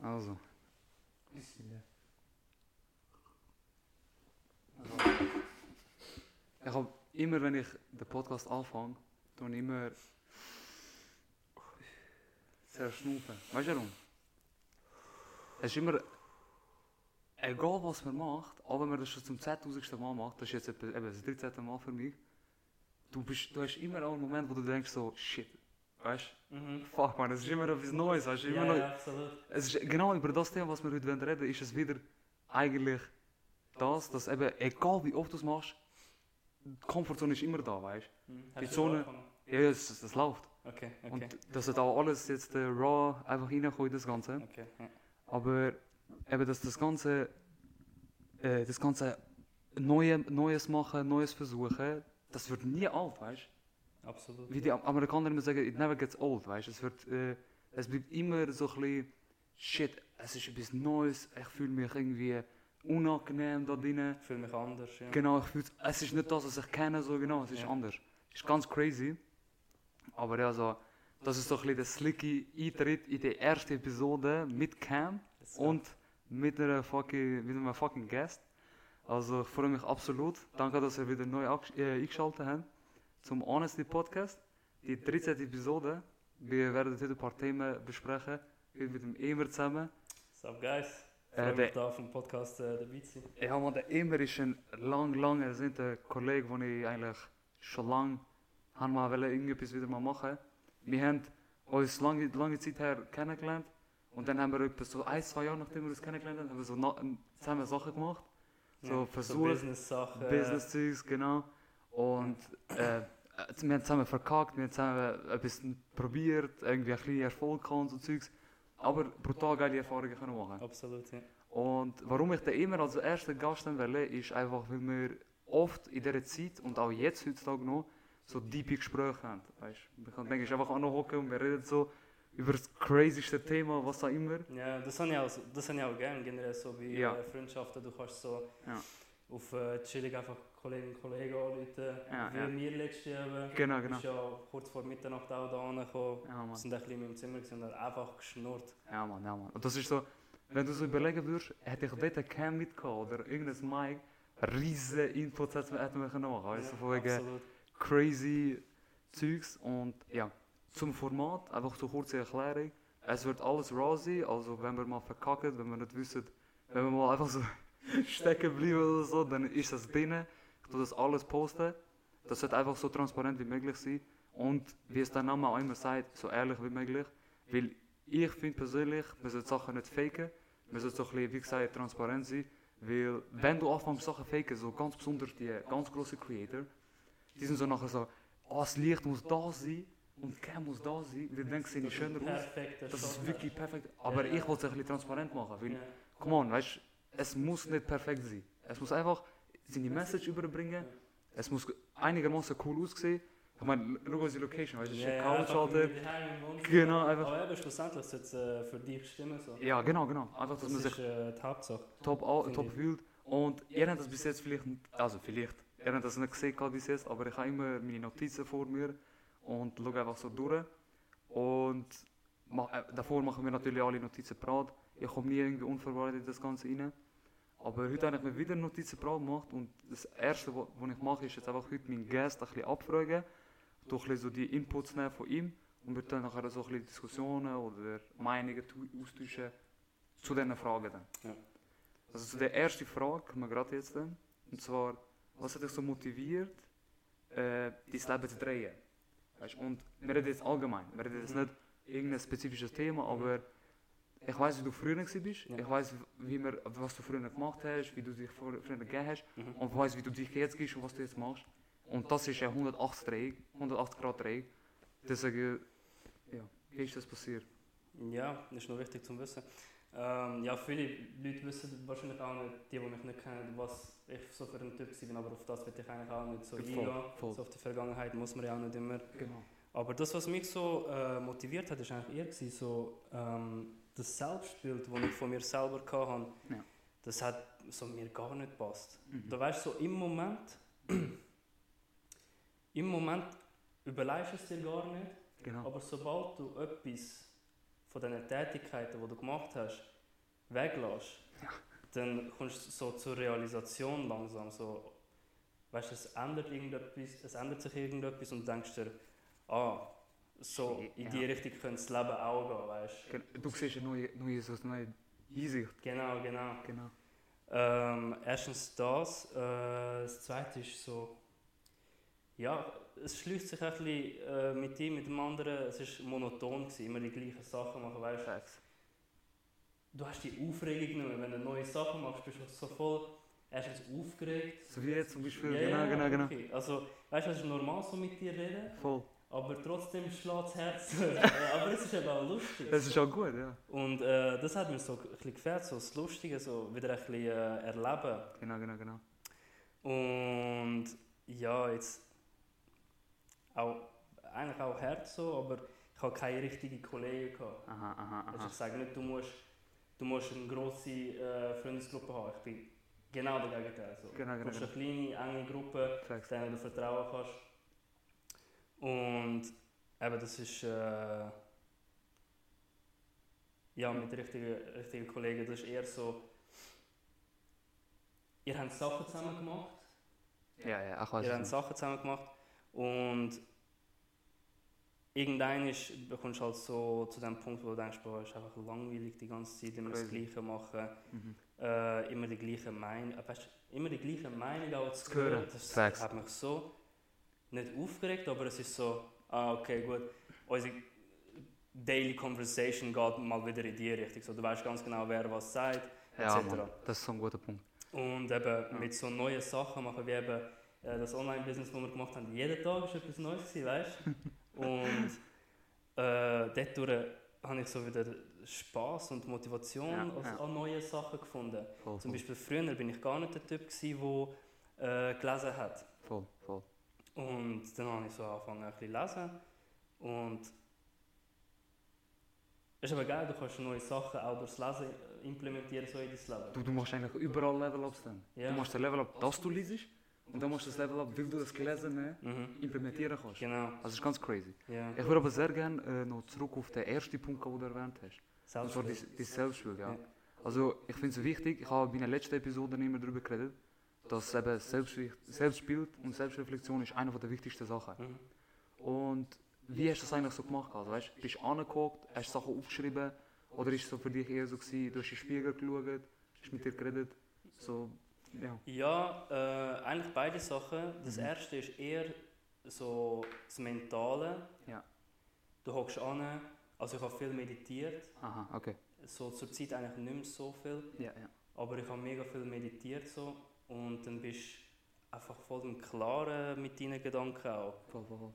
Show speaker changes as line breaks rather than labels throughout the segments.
genauso. Ich habe immer, wenn ich den Podcast anfange, tun immer sehr schnaufen. Weißt du warum? Es ist immer. Egal was man macht, aber wenn man das schon zum 10.000. Mal macht, das ist jetzt etwa- eben das 13. Mal für mich, du, bist, du hast immer auch einen Moment, wo du denkst so, shit, weißt du?
Mhm.
Fuck man, es ist immer etwas Neues, weißt du? Immer
Ja,
noch,
ja, absolut.
Es ist genau über das Thema, was wir heute reden wollen, ist es wieder eigentlich das, dass eben, egal wie oft du es machst, die Komfortzone ist immer da, weißt
Mhm.
Die
Hast du
Zone-
angefangen?
du? Ja, ja, es, es, es läuft.
Okay, okay.
Und dass es auch alles jetzt äh, raw einfach reinkommt, das Ganze.
okay ja.
Aber eben, dass das Ganze, äh, das Ganze Neue, Neues machen, Neues versuchen, das wird nie alt, weißt
Absolut.
Wie die Am- Amerikaner immer sagen, it never gets old, weißt Es wird, äh, es bleibt immer so ein bisschen, shit, es ist etwas Neues, ich fühle mich irgendwie unangenehm da drinnen.
Ich fühle mich anders, ja.
Genau, ich fühl's, es ist nicht das, was ich kenne, so genau, es ist
Ja.
anders. Ist ganz crazy. Aber ja, so, das ist so ein bisschen der slicky Eintritt in die erste Episode mit Cam
Das ist-
und mit, einer fucking, mit einem fucking Guest. Also ich freue mich absolut. Danke, dass ihr wieder neu abgesch- äh, eingeschaltet habt zum Honesty Podcast. Die 13. Episode. Wir werden heute ein paar Themen besprechen. Heute mit dem Emer zusammen.
What's up, guys? Ich
Äh,
freue
der-
mich, da auf dem Podcast äh, dabei zu sein.
Ja, man, der Immer ist ein lang, lang ersehnter Kollege, den ich eigentlich schon lange haben mal wollte, irgendetwas wieder mal machen. Wir haben uns lange, lange Zeit her kennengelernt und dann haben wir etwa so ein, zwei Jahre nachdem wir uns kennengelernt haben, haben wir so na, zusammen Sachen gemacht. So Versuch,
Business-Sachen. äh,
Business-Zeugs, genau. Und äh, äh, wir haben zusammen verkackt, wir haben zusammen ein bisschen probiert, irgendwie ein bisschen Erfolg gehabt und so Zeugs. Aber brutal geile Erfahrungen können machen.
Absolut, ja.
Und warum ich den immer als ersten Gast haben will, ist einfach, weil wir oft in dieser Zeit und auch jetzt heutzutage noch so tiefe Gespräche haben. Weißt, man kann manchmal einfach anhocken und wir reden so über das crazyste Thema, was auch immer.
Ja, das habe ich auch, so- das habe ich auch gerne, generell so bei
Ja.
äh, Freundschaften. Du kannst so
Ja.
auf äh, chillig einfach Kolleginnen und Kollegen anrufen.
Ja,
wie
ja.
wir letztes Jahr. eben.
Genau,
Du
genau.
bist ja kurz vor Mitternacht auch da angekommen.
Ja,
Wir
Mann.
sind ein bisschen in meinem Zimmer gewesen und haben einfach geschnurrt.
Ja, Mann, ja, Mann. Und das ist so, wenn du so überlegen würdest, hätte ich dort eine Cam mitgehabt oder irgendein Mic, riesen Inputs hätten wir hätten wir können machen können.
Ja,
Also von wegen
absolut.
eh, crazy Zeugs und ja, zum Format, einfach so kurze Erklärung. Es wird alles raw sein, also wenn wir mal verkacken, wenn wir nicht wissen, wenn wir mal einfach so stecken bleiben oder so, dann ist das drin. Ich tue das alles posten. Das wird einfach so transparent wie möglich sein und wie es der Name auch immer sagt, so ehrlich wie möglich. Weil ich finde persönlich, man sollte Sachen nicht faken, man sollte so ein bisschen, wie gesagt, transparent sein. Weil wenn du anfängst Sachen faken, so ganz besonders die ganz großen Creator, die sind so nachher so, oh, das Licht muss da sein und Cam muss da sein, weil dann sehen die schöner aus.
Perfekter
Das ist
Shot.
wirklich perfekt. Aber
Ja.
ich wollte es ein bisschen transparent machen, weil
Ja.
Come on, weißt du, es muss nicht perfekt sein. Es muss einfach seine Message überbringen. Es muss einigermaßen cool aussehen. Ich meine, schau unsere Location, weißt du, es ist
Ja,
ein
ja,
Couch,
einfach
Alter.
mit daheim im Wohnzimmer.
Genau, einfach.
Aber eben schlussendlich sollte es äh, für dich stimmen. So.
Ja, genau, genau. Einfach, dass
Das
man
ist
sich
äh, die Hauptsache.
top, au-
Finde
top
ich.
fühlt. Und ihr habt das bis jetzt vielleicht, nicht- also vielleicht, ihr habt das nicht gesehen gehabt bis jetzt, aber ich habe immer meine Notizen vor mir und schaue einfach so durch. Und ma- äh, davor machen wir natürlich alle Notizen parat. Ich komme nie irgendwie unvorbereitet in das Ganze rein. Aber heute habe ich mir wieder Notizen parat gemacht und das Erste, was ich mache, ist jetzt einfach heute meinen Gast ein bisschen abfragen. Durch ein bisschen so die Inputs nehmen von ihm und wir dann nachher so ein bisschen Diskussionen oder Meinungen tu- austauschen zu diesen Fragen dann.
Ja.
Also zu der ersten Frage kommen wir gerade jetzt dann. Und zwar, was hat dich so motiviert, äh, dein Leben zu drehen? Weißt, du, und wir reden jetzt allgemein, wir reden jetzt
Mhm.
nicht irgendein spezifisches Thema,
Mhm.
aber ich weiß, wie du früher warst, ich
Ja.
weiß, wie wir, was du früher gemacht hast, wie du dich vor- früher gegeben hast
Mhm.
und ich weiß, wie du dich jetzt gibst und was du jetzt machst. Und das ist ja 180 Dreh, 180 Grad Dreh. Deswegen, ja, wie ist das passiert?
Ja, das ist noch wichtig zu wissen. Ähm, ja, viele Leute wissen wahrscheinlich auch nicht, die, die mich nicht kennen, was ich so für ein Typ bin, aber auf das will ich eigentlich auch nicht so
Voll,
eingehen.
voll.
So auf die Vergangenheit muss man ja auch nicht immer.
Genau.
Aber das, was mich so äh, motiviert hat, ist eigentlich eher gewesen, so ähm, das Selbstbild, das ich von mir selber hatte,
Ja.
das hat so mir gar nicht gepasst.
Mhm.
Da weißt du, so im Moment, im Moment überlegst du es dir gar nicht,
Genau.
aber sobald du etwas von deinen Tätigkeiten, die du gemacht hast, weglässt, dann kommst du so zur Realisation langsam. So, weißt du, es ändert irgendetwas, es ändert sich irgendetwas und denkst dir, ah, so in die
Ja.
Richtung könnte das Leben auch gehen, weißt
Gen- Du siehst eine neue, neue, so eine neue Einsicht.
du? Genau, genau.
Genau.
Ähm, erstens das. Äh, das zweite ist so. Ja, es schließt sich ein bisschen äh, mit ihm, mit dem anderen. Es war monoton, gewesen, immer die gleichen Sachen machen. Weißt? du.
Sex.
Du hast die Aufregung nicht mehr. Wenn du neue Sachen machst, bist du halt so voll erstens aufgeregt.
So wie jetzt zum Beispiel.
Ja, ja,
genau, genau, genau.
okay. Also, weißt du, es ist normal so mit dir reden,
Voll.
aber trotzdem schlägt das Herz. Äh, aber es ist eben auch lustig.
Das ist auch gut, ja.
Und äh, das hat mir so ein bisschen gefällt, so das Lustige, so wieder ein bisschen äh, erleben.
Genau, genau, genau.
Und ja, jetzt auch, eigentlich auch hart so, aber ich habe keine richtigen Kollegen gehabt.
Aha, aha,
Also
aha.
ich sage nicht, du musst, du musst eine grosse äh, Freundesgruppe haben. Ich bin genau der Gegenteil. So.
Genau,
Du
genau,
brauchst
genau.
eine kleine, enge Gruppe,
Sex.
denen du vertrauen kannst. Und eben, das ist äh, ja, mit richtigen, richtigen Kollegen, das ist eher so, ihr habt Sachen zusammen gemacht,
Ja, ja, ich weiß
wir haben
es. nicht.
Sachen zusammen gemacht und irgendwann ist, bekommst du halt so zu dem Punkt, wo du denkst, boah, ist einfach langweilig die ganze Zeit, immer das
Crazy.
Gleiche machen,
Mhm.
äh, immer die gleiche Meinung, äh, weißt du, immer die gleiche Meinung auch zu
Zu hören.
hören. Das
Facts.
hat mich so nicht aufgeregt, aber es ist so, ah okay, gut, unsere Daily Conversation geht mal wieder in die Richtung, so, du weißt ganz genau, wer was sagt,
Ja,
etc.
Mann, das ist so ein guter Punkt.
Und eben mit so neuen Sachen machen, wie eben äh, das Online-Business, das wir gemacht haben, jeden Tag war etwas Neues, gewesen, weißt du? Und äh, dadurch habe ich so wieder Spaß und Motivation
Ja,
als-
ja.
an neue Sachen gefunden.
Voll,
Zum
voll,
Beispiel früher bin ich gar nicht der Typ, gewesen, der äh, gelesen hat.
voll, voll.
Und dann habe ich so angefangen, ein bisschen zu lesen. Und es ist aber geil, du kannst neue Sachen auch durchs Lesen implementieren, so in dein Leben.
Du, du machst eigentlich überall Level-Ups dann.
Ja.
Du machst ein Level-Up, das du liest, und dann machst du das Level-Up, weil du das Gelesene
Mhm.
implementieren kannst.
Genau.
Das ist ganz crazy.
Ja.
Ich würde aber sehr gerne äh, noch zurück auf den ersten Punkt, kommen, den du erwähnt hast. Und zwar die,
Selbstbild.
die Selbstschule, ja.
Ja.
Also ich finde es wichtig, ich habe in der letzten Episode nicht mehr darüber geredet, dass eben Selbstwicht- Selbstbild und Selbstreflexion ist eine der wichtigsten Sachen.
Mhm.
Und wie hast du das eigentlich so gemacht? Also, weißt, bist du angeguckt, hast du Sachen aufgeschrieben? Oder ist es so für dich eher so, gewesen, du hast in den Spiegel geschaut, hast mit dir geredet? So, ja.
Ja, äh, eigentlich beide Sachen. Das
Mhm.
erste ist eher so das Mentale.
Ja.
Du hockst an, also ich habe viel meditiert,
Aha, okay.
so zur Zeit eigentlich nicht mehr so viel,
Ja, ja.
aber ich habe mega viel meditiert so und dann bist du einfach voll im Klaren mit deinen Gedanken auch.
Voll, voll, voll.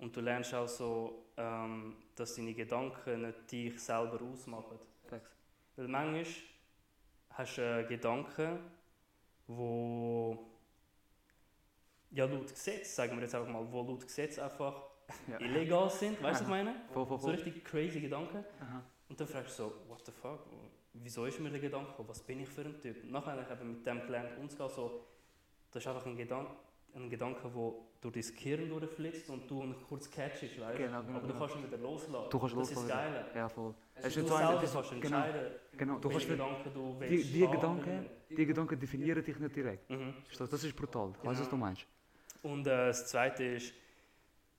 Und du lernst auch so, ähm, dass deine Gedanken nicht dich selber ausmachen.
Facts.
Weil manchmal hast du äh, Gedanken, wo ja laut Gesetz, sagen wir jetzt einfach mal, wo laut Gesetz einfach
Ja.
illegal sind, weißt du, was ich meine?
Voll, voll,
So
voll.
richtig crazy Gedanken.
Aha.
Und dann fragst du so, what the fuck, wieso ist mir der Gedanke gekommen, was bin ich für ein Typ? Und nachher habe ich eben mit dem gelernt umzugehen, so, das ist einfach ein Gedanke, ein Gedanke, wo durch dein Gehirn durchflitzt und du ihn kurz catchst, weißt du?
Genau, genau,
Aber du
genau.
kannst ihn wieder loslassen.
Du kannst
das ist
loslassen,
das Geile.
Ja, voll. Es ist
Also du
nicht so einer,
selber
das-
kannst
genau.
entscheiden,
Genau, du
welche
kannst nicht,
Gedanken du
die,
willst
die,
haben.
Gedanken, die Gedanken definieren dich nicht direkt.
Mhm.
Verstehst du? Das ist brutal. Ich weiß, was
Genau.
du meinst.
Und äh, das Zweite ist,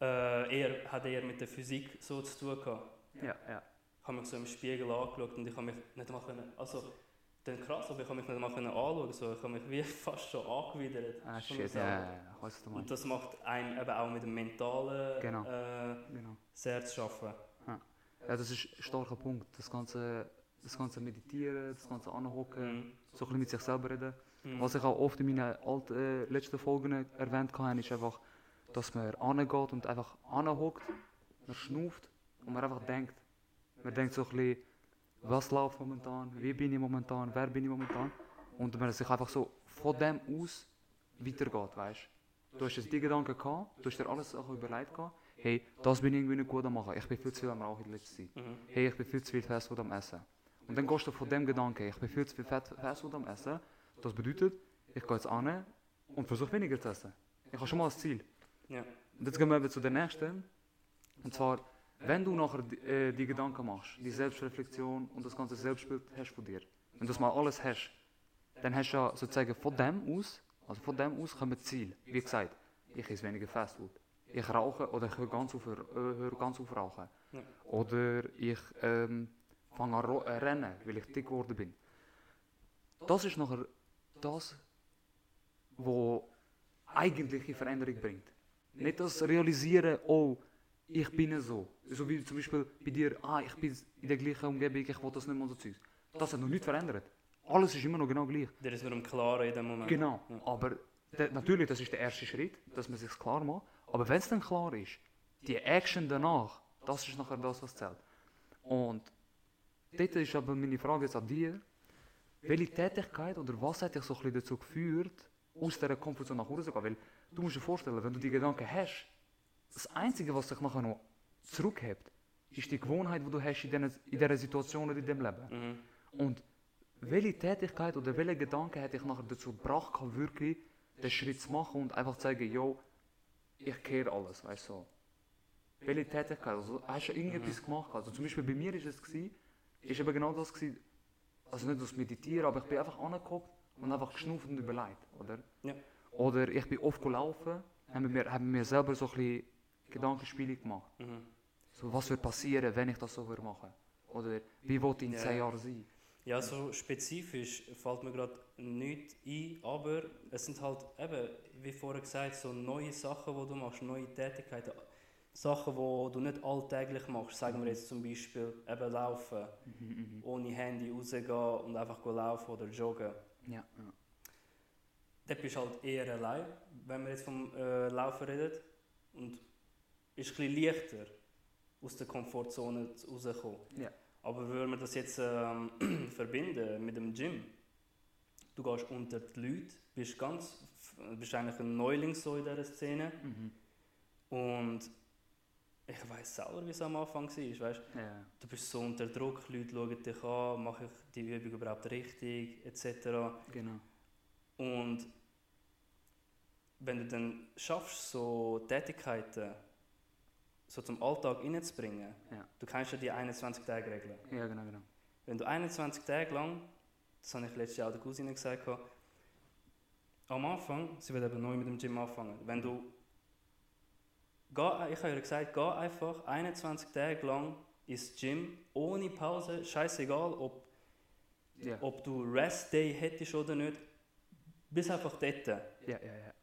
äh, er hat eher mit der Physik so zu tun gehabt.
Ja, ja.
Ich habe mich so im Spiegel angeschaut und ich habe mich nicht mal können, also dann krass, aber ich habe mich nicht mal können anschauen, so. ich habe mich wie fast schon angewidert.
Ah,
von
shit,
mir
ja,
selber.
ja, ja. Ich weiß, was du
Und
meinst.
das macht einen eben auch mit dem Mentalen
Genau.
äh,
Genau.
sehr zu schaffen.
Ja, das ist ein starker Punkt. Das ganze, das ganze Meditieren, das ganze Anhocken,
Mhm.
so ein bisschen mit sich selber reden.
Mhm.
Was ich auch oft in meinen alt, äh, letzten Folgen erwähnt habe, ist einfach, dass man angeht und einfach anhockt, man schnauft und man einfach denkt. Man denkt so ein bisschen, was läuft momentan, wie bin ich momentan, wer bin ich momentan. Und man sich einfach so von dem aus weitergeht, weißt du. Du hast jetzt die Gedanken gehabt, du hast dir alles auch überlegt gehabt, hey, das bin ich irgendwie nicht gut am machen, ich bin viel zu viel am Rauchen in letzter Zeit
Mhm.
hey, ich bin viel zu viel Fastfood am Essen. Und dann gehst du von dem Gedanken, ich bin viel zu viel Fat- Fastfood am Essen. Das bedeutet, ich gehe jetzt an und versuche weniger zu essen. Ich habe schon mal ein Ziel.
Ja.
Und jetzt gehen wir eben zu der nächsten. Und zwar, wenn du nachher die, äh, die Gedanken machst, die Selbstreflexion und das ganze Selbstbild hast von dir, Wenn du das mal alles hast, dann hast du ja sozusagen von dem aus, also von dem aus kommen Ziele. Wie gesagt, ich esse weniger Fastfood. Ich rauche oder ich höre ganz auf, äh, höre ganz auf rauchen.
Ja.
Oder ich ähm, fange an ro- äh, rennen, weil ich dick geworden bin. Das ist nachher das, was eigentliche Veränderung bringt. Nicht das Realisieren, oh, ich bin so. So wie zum Beispiel bei dir, ah, ich bin in der gleichen Umgebung, ich will das nicht mehr und so Zeugs. Das hat noch nichts verändert. Alles ist immer noch genau gleich.
Dir ist nur im Klaren in dem Moment.
Genau,
Ja.
aber de, natürlich, das ist der erste Schritt, dass man sich klar macht. Aber wenn es dann klar ist, die Action danach, das ist nachher das, was zählt. Und dort ist aber meine Frage jetzt an dir. Welche Tätigkeit oder was hat dich so ein bisschen dazu geführt, aus dieser Komfortzone nach Hause zu gehen? Weil du musst dir vorstellen, wenn du die Gedanken hast, das Einzige, was dich nachher noch zurückhebt, ist die Gewohnheit, die du hast in diesen- in dieser Situation oder in diesem Leben.
Mhm.
Und welche Tätigkeit oder welche Gedanken hätte ich nachher dazu gebracht, kann wirklich den Schritt zu machen und einfach zu sagen, yo, ich kehre alles, weißt du. so. Welche Tätigkeit, also hast du
Mhm.
irgendetwas gemacht? Also zum Beispiel bei mir ist es gewesen, ist eben genau das gewesen, also nicht das Meditieren, aber ich bin einfach angekommen und einfach geschnauft und überlegt, oder?
Ja.
Oder ich bin oft gelaufen, habe mir, habe mir selber so ein bisschen Gedankenspiele gemacht.
Mhm.
So, was wird passieren, wenn ich das so würde machen? Oder wie wollte ich in
Ja.
zehn Jahren sein?
Ja, so spezifisch fällt mir gerade nichts ein, aber es sind halt eben, wie vorher gesagt, so neue Sachen, die du machst, neue Tätigkeiten, Sachen, die du nicht alltäglich machst. Sagen wir jetzt zum Beispiel eben laufen, ohne Handy rausgehen und einfach go laufen oder joggen.
Ja.
Da bist du halt eher allein, wenn wir jetzt vom äh, Laufen reden. Und ist ein bisschen leichter, aus der Komfortzone zu- rauszukommen.
Ja.
Aber würden wir das jetzt ähm, verbinden mit dem Gym? Du gehst unter die Leute, bist ganz, äh, bist eigentlich ein Neuling so in dieser Szene.
Mhm.
Und ich weiß selber, wie es am Anfang war. Weißt,
Ja.
du bist so unter Druck, Leute schauen dich an, mache ich die Übung überhaupt richtig, etc.
Genau.
Und wenn du dann schaffst, so Tätigkeiten so zum Alltag reinzubringen,
Ja.
du kennst ja die 21-Tage-Regel.
Ja, genau, genau.
Wenn du 21 Tage lang, das habe ich letztes Jahr auch der Cousine gesagt, gehabt, am Anfang, sie wird eben neu mit dem Gym anfangen, wenn du, geh, ich habe ihr gesagt, geh einfach 21 Tage lang ins Gym, ohne Pause, scheißegal, ob
Ja,
ob du Rest Day hättest oder nicht, bist einfach dort.
ja, ja. ja.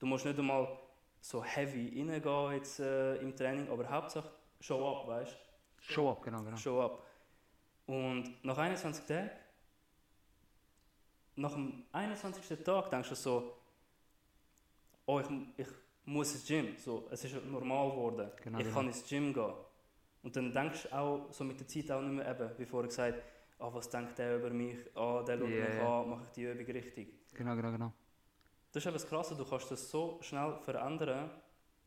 Du musst nicht einmal so heavy reingehen jetzt, äh, im Training, aber Hauptsache show up, weißt
Show up, genau, genau.
Show up. Und nach 21 Tagen, nach dem 21. Tag denkst du so, oh, ich, ich muss ins Gym. So, es ist normal geworden.
Genau,
ich
genau.
kann ins Gym gehen. Und dann denkst du auch so mit der Zeit auch nicht mehr eben, wie vorher gesagt, ah was denkt der über mich, ah der schaut
Ja,
mich
ja.
an, mache ich die Übung richtig.
Genau, genau, genau.
Das ist eben das Krasse, du kannst das so schnell verändern.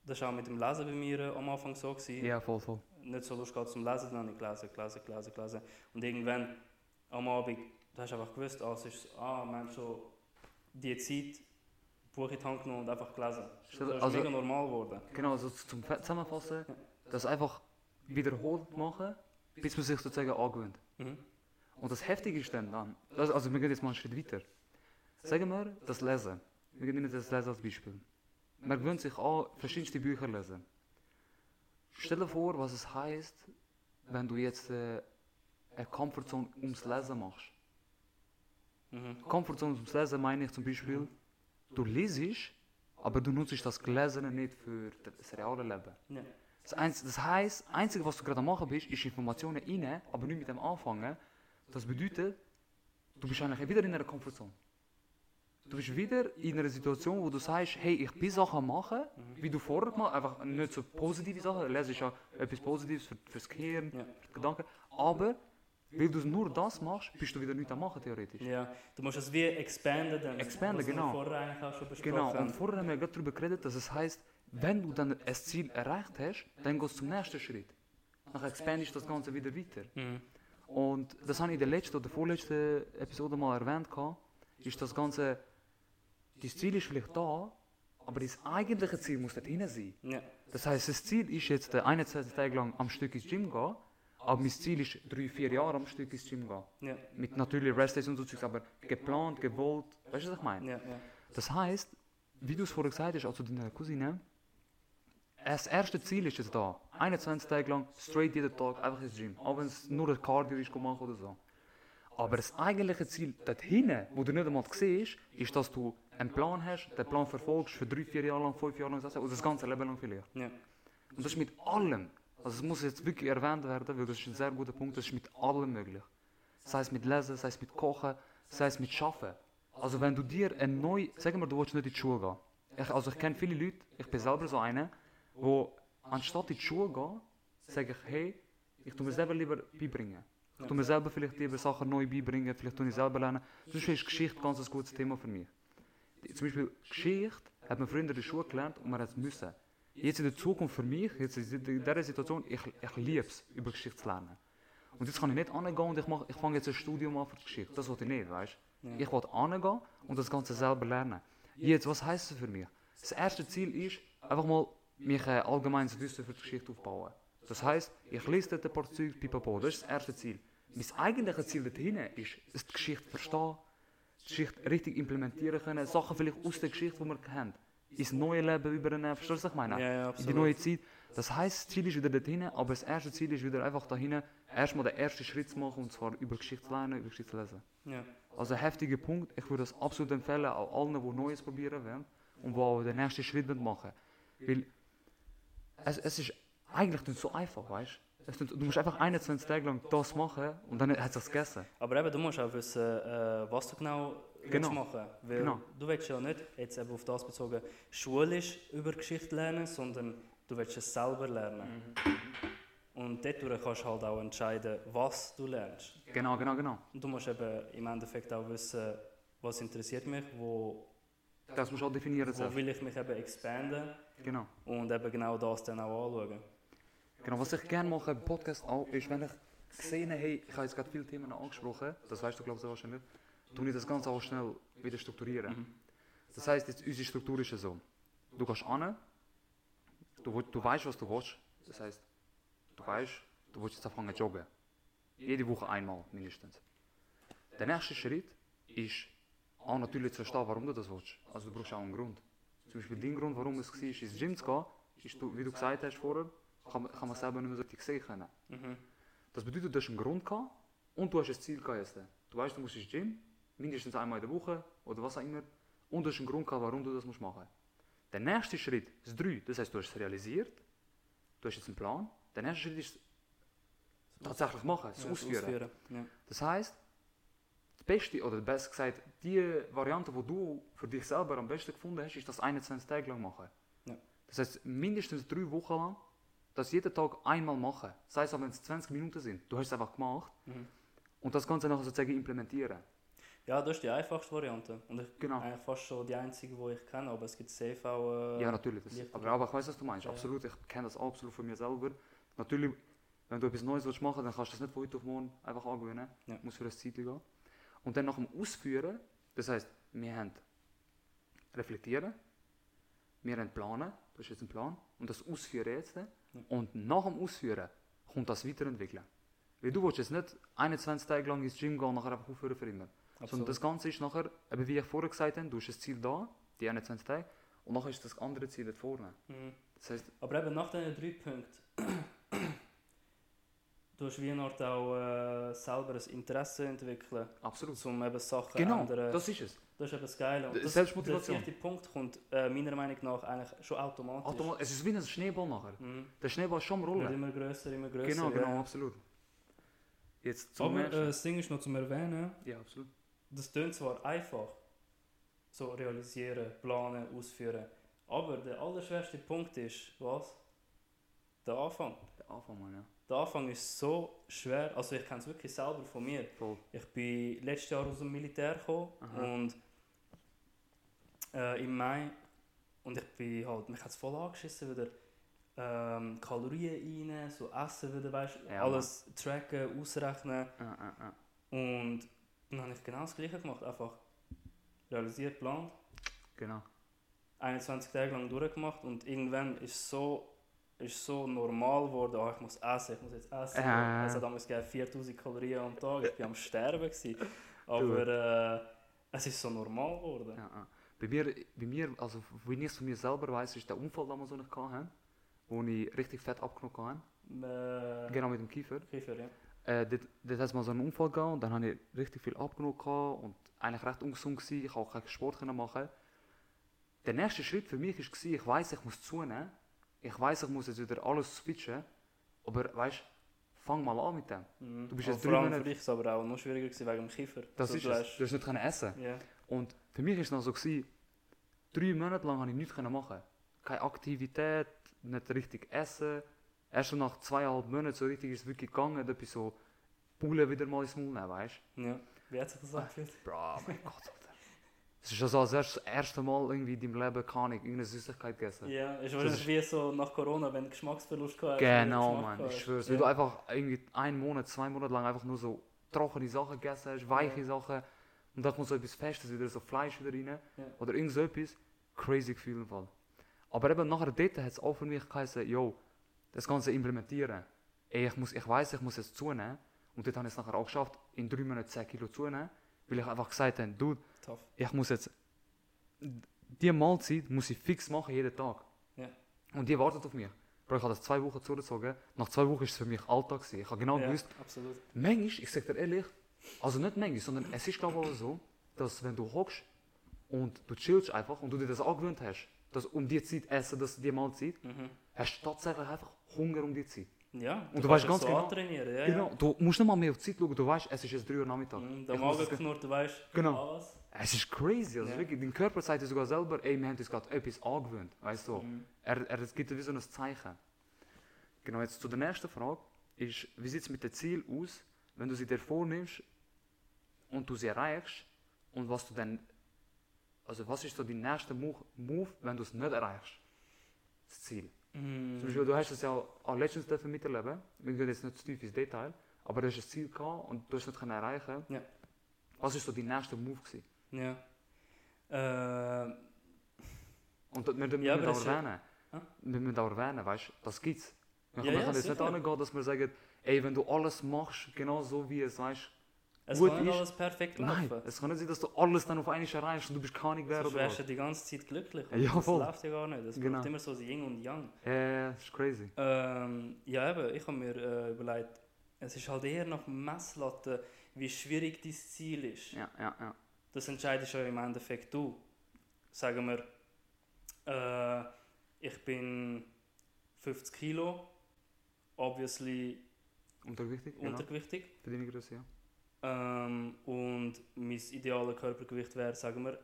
Das war auch mit dem Lesen bei mir äh, am Anfang so. Gewesen
Ja, voll, voll.
nicht so Lust gehabt zum Lesen, dann habe ich gelesen, gelesen, gelesen, gelesen. Und irgendwann am Abend, du hast einfach gewusst, ah, es ist, ah, wir haben schon die Zeit, Buch in die Hand genommen und einfach gelesen.
Stimmt,
Das ist
also-
mega normal geworden.
Genau, also z- zum Fe- Zusammenfassen, das einfach wiederholt machen, bis man sich sozusagen angewöhnt.
Mhm.
Und das Heftige ist dann, dann das, also wir gehen jetzt mal einen Schritt weiter. Sagen wir, das Lesen. Wir nehmen das Lesen als Beispiel. Man gewöhnt sich an, verschiedenste Bücher lesen. Stell dir vor, was es heißt, wenn du jetzt äh, eine Comfortzone ums Lesen machst.
Mhm.
Komfortzone zum Lesen meine ich zum Beispiel, du liest, aber du nutzt das Gelesene nicht für das reale Leben.
Ja.
Das, einz- das heißt, das Einzige, was du gerade am machen bist, ist Informationen rein, aber nicht mit dem anfangen. Das bedeutet, du bist eigentlich wieder in einer Komfortzone. Du bist wieder in einer Situation, wo du sagst, hey, ich bin Sachen am machen, wie du vorher gemacht hast, einfach nicht so positive Sachen. Lesen ist ja etwas Positives für, fürs Gehirn,
Ja.
für die Gedanken. Aber, weil du nur das machst, bist du wieder nichts am machen, theoretisch.
ja. Du musst es wie expanden dann.
Expanden,
was wir
genau.
vorher eigentlich auch schon besprochen
Genau, und
haben.
vorher haben wir gerade darüber geredet, dass es heißt, wenn du dann ein Ziel erreicht hast, dann gehst du zum nächsten Schritt. Dann expandest du das Ganze wieder weiter.
Mhm.
Und das habe ich in der letzten oder vorletzten Episode mal erwähnt, gehabt, ist das Ganze, dein Ziel ist vielleicht da, aber das eigentliche Ziel muss dort hinten sein.
Ja.
Das heißt, das Ziel ist jetzt äh, 21 Tage lang am Stück ins Gym gehen, Aber mein Ziel ist, drei, vier Jahre am Stück ins Gym gehen.
Ja,
Mit natürlich Restdays und so Zeugs, aber geplant, gewollt. Weißt du, was ich meine?
ja, ja.
Das heißt, wie du es vorher gesagt hast, also deine Cousine, das erste Ziel ist es da. 21 Tage lang, straight jeden Tag, einfach ins Gym. Auch wenn es nur ein Cardio ist, komm machen oder so. Aber das eigentliche Ziel dort hinten, wo du nicht einmal siehst, ist, dass du einen Plan hast, den Plan verfolgst für drei, vier Jahre lang, fünf Jahre lang, sechs Jahre, oder das ganze Leben lang vielleicht.
ja.
Und das ist mit allem. Also es muss jetzt wirklich erwähnt werden, weil das ist ein sehr guter Punkt, das ist mit allem möglich. Sei es mit Lesen, sei es mit Kochen, sei es mit Schaffen. Also wenn du dir ein neu, sagen wir, du willst nicht in die Schule gehen. Ich, also ich kenne viele Leute, ich bin selber so einer, wo anstatt in die Schule gehen, sage ich, hey, ich tu mir selber lieber beibringen. Ich tu mir selber vielleicht lieber Sachen neu beibringen, vielleicht tu ich selber lernen. Zum Beispiel ist Geschichte ganz ein gutes Thema für mich. Zum Beispiel Geschichte hat man früher in der Schule gelernt und man hat es müssen. Jetzt in der Zukunft für mich, jetzt in di- in dieser Situation, ich, ich liebe es, über Geschichte zu lernen. Und jetzt kann ich nicht angehen und ich, mach, ich fange jetzt ein Studium an für die Geschichte. Das wollte ich nicht, weißt du?
Ja.
Ich wollte angehen und das Ganze selber lernen. Jetzt, was heisst es für mich? Das erste Ziel ist, einfach mal mich äh, allgemeines Wissen für die Geschichte aufbauen. Das heisst, ich lese dort ein paar Zeug, pipapo, das ist das erste Ziel. Mein eigentliches Ziel dort hinten ist, ist die Geschichte verstehen, die Geschichte richtig implementieren können, Sachen vielleicht aus der Geschichte, die wir haben, ins neue Leben übernehmen, verstehst du, was ich meine?
Ja, ja,
in die
absolut.
neue Zeit. Das heißt, das Ziel ist wieder dort hinten, aber das erste Ziel ist wieder einfach dahin, erstmal den ersten Schritt zu machen und zwar über Geschichte zu lernen, über Geschichte zu lesen.
Ja,
Also ein heftiger Punkt, ich würde das absolut empfehlen, auch allen, die Neues probieren wollen und die auch den nächsten Schritt wollen machen Weil es, es ist eigentlich nicht so einfach, weißt du? Du musst einfach 21 Tage lang das machen und dann hat es sich gegessen.
aber eben, du musst auch wissen, äh, was du genau,
Genau.
willst machen Weil
Genau.
du willst ja nicht, jetzt eben auf das bezogen, schulisch über Geschichte lernen, sondern du willst es selber lernen.
Mhm.
Und dadurch kannst du halt auch entscheiden, was du lernst.
Genau, genau, genau.
Und du musst eben im Endeffekt auch wissen, was interessiert mich, wo,
Das musst du auch definieren
wo
selbst.
will ich mich eben expanden
Genau.
und eben genau das dann auch anschauen.
Genau, was ich gerne mache im Podcast auch, ist, wenn ich sehe, hey, ich habe jetzt gerade viele Themen angesprochen, das weißt du, glaube ich, wahrscheinlich, tue ich das Ganze auch schnell wieder strukturieren. Das heißt, jetzt, unsere Struktur ist ja so. Du gehst an, du, will- du weißt, was du willst. Das heißt, du weißt, du willst jetzt anfangen zu joggen. Jede Woche einmal mindestens. Der nächste Schritt ist auch natürlich zu verstehen, warum du das willst. Also du brauchst auch einen Grund. Zum Beispiel dein Grund, warum es war, ins Gym zu gehen, ist, du, wie du gesagt hast vorher, kann, man- kann man selber nicht mehr so richtig sehen können.
Mhm.
Das bedeutet, du hast einen Grund gehabt und du hast ein Ziel gehabt jetzt. Du weißt, du musst ins Gym, mindestens einmal in der Woche oder was auch immer. Und du hast einen Grund gehabt, warum du das musst machen Der nächste Schritt ist 3. Das heißt, du hast es realisiert, du hast jetzt einen Plan. Der nächste Schritt ist tatsächlich machen, es
Ja, das
ausführen.
Ja.
Das heißt, das Beste, oder besser gesagt, die Variante, die du für dich selber am besten gefunden hast, ist das 21 Tage lang machen.
Ja.
Das heißt, mindestens drei Wochen lang, das jeden Tag einmal machen. Sei es auch, wenn es 20 Minuten sind. Du hast es einfach gemacht.
Mhm.
Und das Ganze nachher sozusagen implementieren.
ja, das ist die einfachste Variante. Und ich
Genau.
eigentlich fast schon die einzige, die ich kenne, aber es gibt safe auch. Äh,
Ja, natürlich. Das,
leichter.
aber, aber ich weiß, was du meinst.
Ja.
Absolut. Ich kenne das absolut von mir selber. Natürlich, wenn du etwas Neues willst machen, dann kannst du das nicht von heute auf morgen einfach angewöhnen.
Ja.
Muss für das Zeit gehen. Und dann nach dem Ausführen, das heißt, wir haben reflektieren, wir haben planen, du hast jetzt einen Plan, und das Ausführen jetzt. Und nach dem Ausführen kommt das Weiterentwickeln. Weil du willst jetzt nicht 21 Tage lang ins Gym gehen und nachher einfach aufhören für immer. Sondern
absolut.
das Ganze ist nachher, eben wie ich vorher gesagt habe, du hast das Ziel da, die 21 Tage, und nachher ist das andere Ziel dort vorne.
Mhm.
Das heißt,
Aber eben nach diesen drei Punkten, du hast wie eine Art auch äh, selber ein Interesse entwickeln,
absolut.
um eben Sachen
Genau,
ändern.
das ist es.
Das ist eben das Geile. Und
D-
das,
Selbstmotivation.
Der vierte Punkt kommt äh, meiner Meinung nach eigentlich schon automatisch.
Automat es ist wie ein Schneeball nachher.
Mhm.
Der Schneeball ist schon am
Wird
Rollen.
immer grösser, immer grösser.
Genau,
ja.
genau, absolut. Jetzt zum
Aber äh,
Menschen.
das Ding ist noch zum Erwähnen,
Ja, absolut.
das tönt zwar einfach, so realisieren, planen, ausführen, aber der allerschwerste Punkt ist, was? Der Anfang.
Der Anfang, mal, ja.
Der Anfang ist so schwer, also ich kenne es wirklich selber von mir.
Voll.
Ich bin letztes Jahr aus dem Militär gekommen
Aha.
und äh, im Mai und ich bin halt, mich hat es voll angeschissen wieder. Ähm, Kalorien rein, so essen wieder, weißt
Ja,
alles tracken, ausrechnen.
Äh, äh, äh.
Und dann habe ich genau das gleiche gemacht, einfach realisiert, geplant,
Genau.
21 Tage lang durchgemacht und irgendwann ist so, ist so normal geworden, ah, ich muss essen, ich muss jetzt essen.
Äh.
Es hat damals gegeben 4000 Kalorien am Tag, ich bin am Sterben. Gewesen. Aber äh, es ist so normal geworden.
Ja, ja. Ah, Bei mir, bei mir also wenn ich es von mir selber weiß, ist der Unfall damals, den ich hatte, wo ich richtig fett abgenommen habe,
Äh,
genau mit dem Kiefer.
Kiefer, ja.
Äh, dort dort hat es mal so einen Unfall gegeben und dann habe ich richtig viel abgenommen gehabt und eigentlich recht ungesund gewesen, ich konnte auch keinen Sport können machen. Der nächste Schritt für mich war, ich weiß ich muss zunehmen, ich weiß ich muss jetzt wieder alles switchen, aber weißt fang mal an mit dem.
Mhm.
Du bist
Aber
jetzt
vor
drei
allem für
Monate-
dich ist es aber auch noch schwieriger gewesen wegen dem Kiefer.
Das
Also,
ist
du
es,
hast-
du hast nicht können essen.
Ja.
Und für mich war es dann so, gewesen, drei Monate lang konnte ich nichts können machen. Keine Aktivität, nicht richtig essen. Erst so nach zweieinhalb Monaten so richtig ist es wirklich gegangen, etwas so Pullen wieder mal ins Maul nehmen, weißt
ja. Wie hat sich das angefühlt?
du? Bro, oh mein Gott, Alter. Es ist also als erst, das erste Mal irgendwie in deinem Leben kann ich irgendeine Süßigkeit gegessen.
Ja, ist wahrscheinlich
ist-
wie so nach Corona, wenn du Geschmacksverlust gehabt hast.
Genau,
wenn du Geschmack
Mann,
gehabt
ich
hast.
schwör's.
Ja.
Wenn du einfach irgendwie einen Monat, zwei Monate lang einfach nur so trockene Sachen gegessen hast, weiche
Ja.
Sachen und dann kommt so etwas Festes, wieder so Fleisch wieder rein
Ja.
oder irgend so etwas, crazy Gefühl im Fall. Aber eben nachher dort hat es auch für mich geheißen, yo, das Ganze implementieren. Ey, ich, muss, ich weiß, ich muss es zunehmen und dort habe ich es nachher auch geschafft, in drei Monaten 10 Kilo zunehmen, weil ich einfach gesagt habe, dude,
Tough.
ich muss jetzt die Mahlzeit muss ich fix machen jeden Tag.
Ja.
Und die wartet auf mich. Bro, ich habe das zwei Wochen zugezogen. Nach zwei Wochen ist es für mich Alltag gewesen. Ich habe genau
ja,
gewusst,
absolut.
manchmal, ich sage dir ehrlich, also nicht manchmal, sondern es ist glaube ich auch so, dass wenn du hockst und du chillst einfach und du dir das angewöhnt hast, dass um die Zeit essen, dass die Mahlzeit,
Mhm.
hast du tatsächlich einfach Hunger um die Zeit.
Ja,
du
kannst
weißt ganz
dich so
genau-
antrainieren, ja,
Genau, du musst nicht mal mehr auf die Zeit schauen, du weißt, es ist jetzt 3 Uhr
ja.
Nachmittag.
Mhm, Der
Ich muss das-
Magen knurrt, du weißt
Genau.
alles.
Es ist crazy, also
Ja.
wirklich, dein Körper sagt dir sogar selber, ey, wir haben uns gerade etwas angewöhnt, weißt du.
Mhm.
Er, er es gibt wie so ein Zeichen. Genau, jetzt zu der nächsten Frage ist, wie sieht es mit dem Ziel aus, wenn du sie dir vornimmst und du sie erreichst und was du dann, also was ist so dein nächster Move, Move wenn du es nicht erreichst? Das Ziel.
Mhm.
Zum Beispiel, du hast es ja auch letztens dürfen miterleben, wir gehen jetzt nicht zu tief ins Detail, aber du hast ein Ziel gehabt und du hast es nicht können erreichen.
Ja.
Was ist so dein nächster Move gewesen?
Ja. Äh,
Und das, wir, wir
Ja,
müssen
aber
auch
das ist ja-
erwähnen.
Hä?
Wir müssen auch erwähnen, weißt du, das gibt's. Wir
Ja,
können
ja,
jetzt nicht
sicher.
angehen, dass wir sagen, ey, wenn du alles machst, genau so wie es weißt.
es
Gut
kann nicht
ist-
alles perfekt
Nein,
laufen.
es kann nicht sein, dass du alles dann auf einmal erreichst und du bist gar nicht der
Sonst
oder
wärst
was.
du die ganze Zeit glücklich.
Ja,
das
voll.
läuft ja gar nicht. Es
Genau.
braucht immer so das Yin und Yang.
Äh, das ist crazy.
Ähm, ja, eben, ich habe mir äh, überlegt, es ist halt eher nach dem Messlatte, wie schwierig dein Ziel ist.
Ja, ja, ja.
Das entscheidest ja im Endeffekt du. Sagen wir, äh, ich bin 50 Kilo, obviously
Untergewichtig, genau.
untergewichtig.
Für deine Größe, ja.
Ähm, und mein ideales Körpergewicht wäre, sagen wir,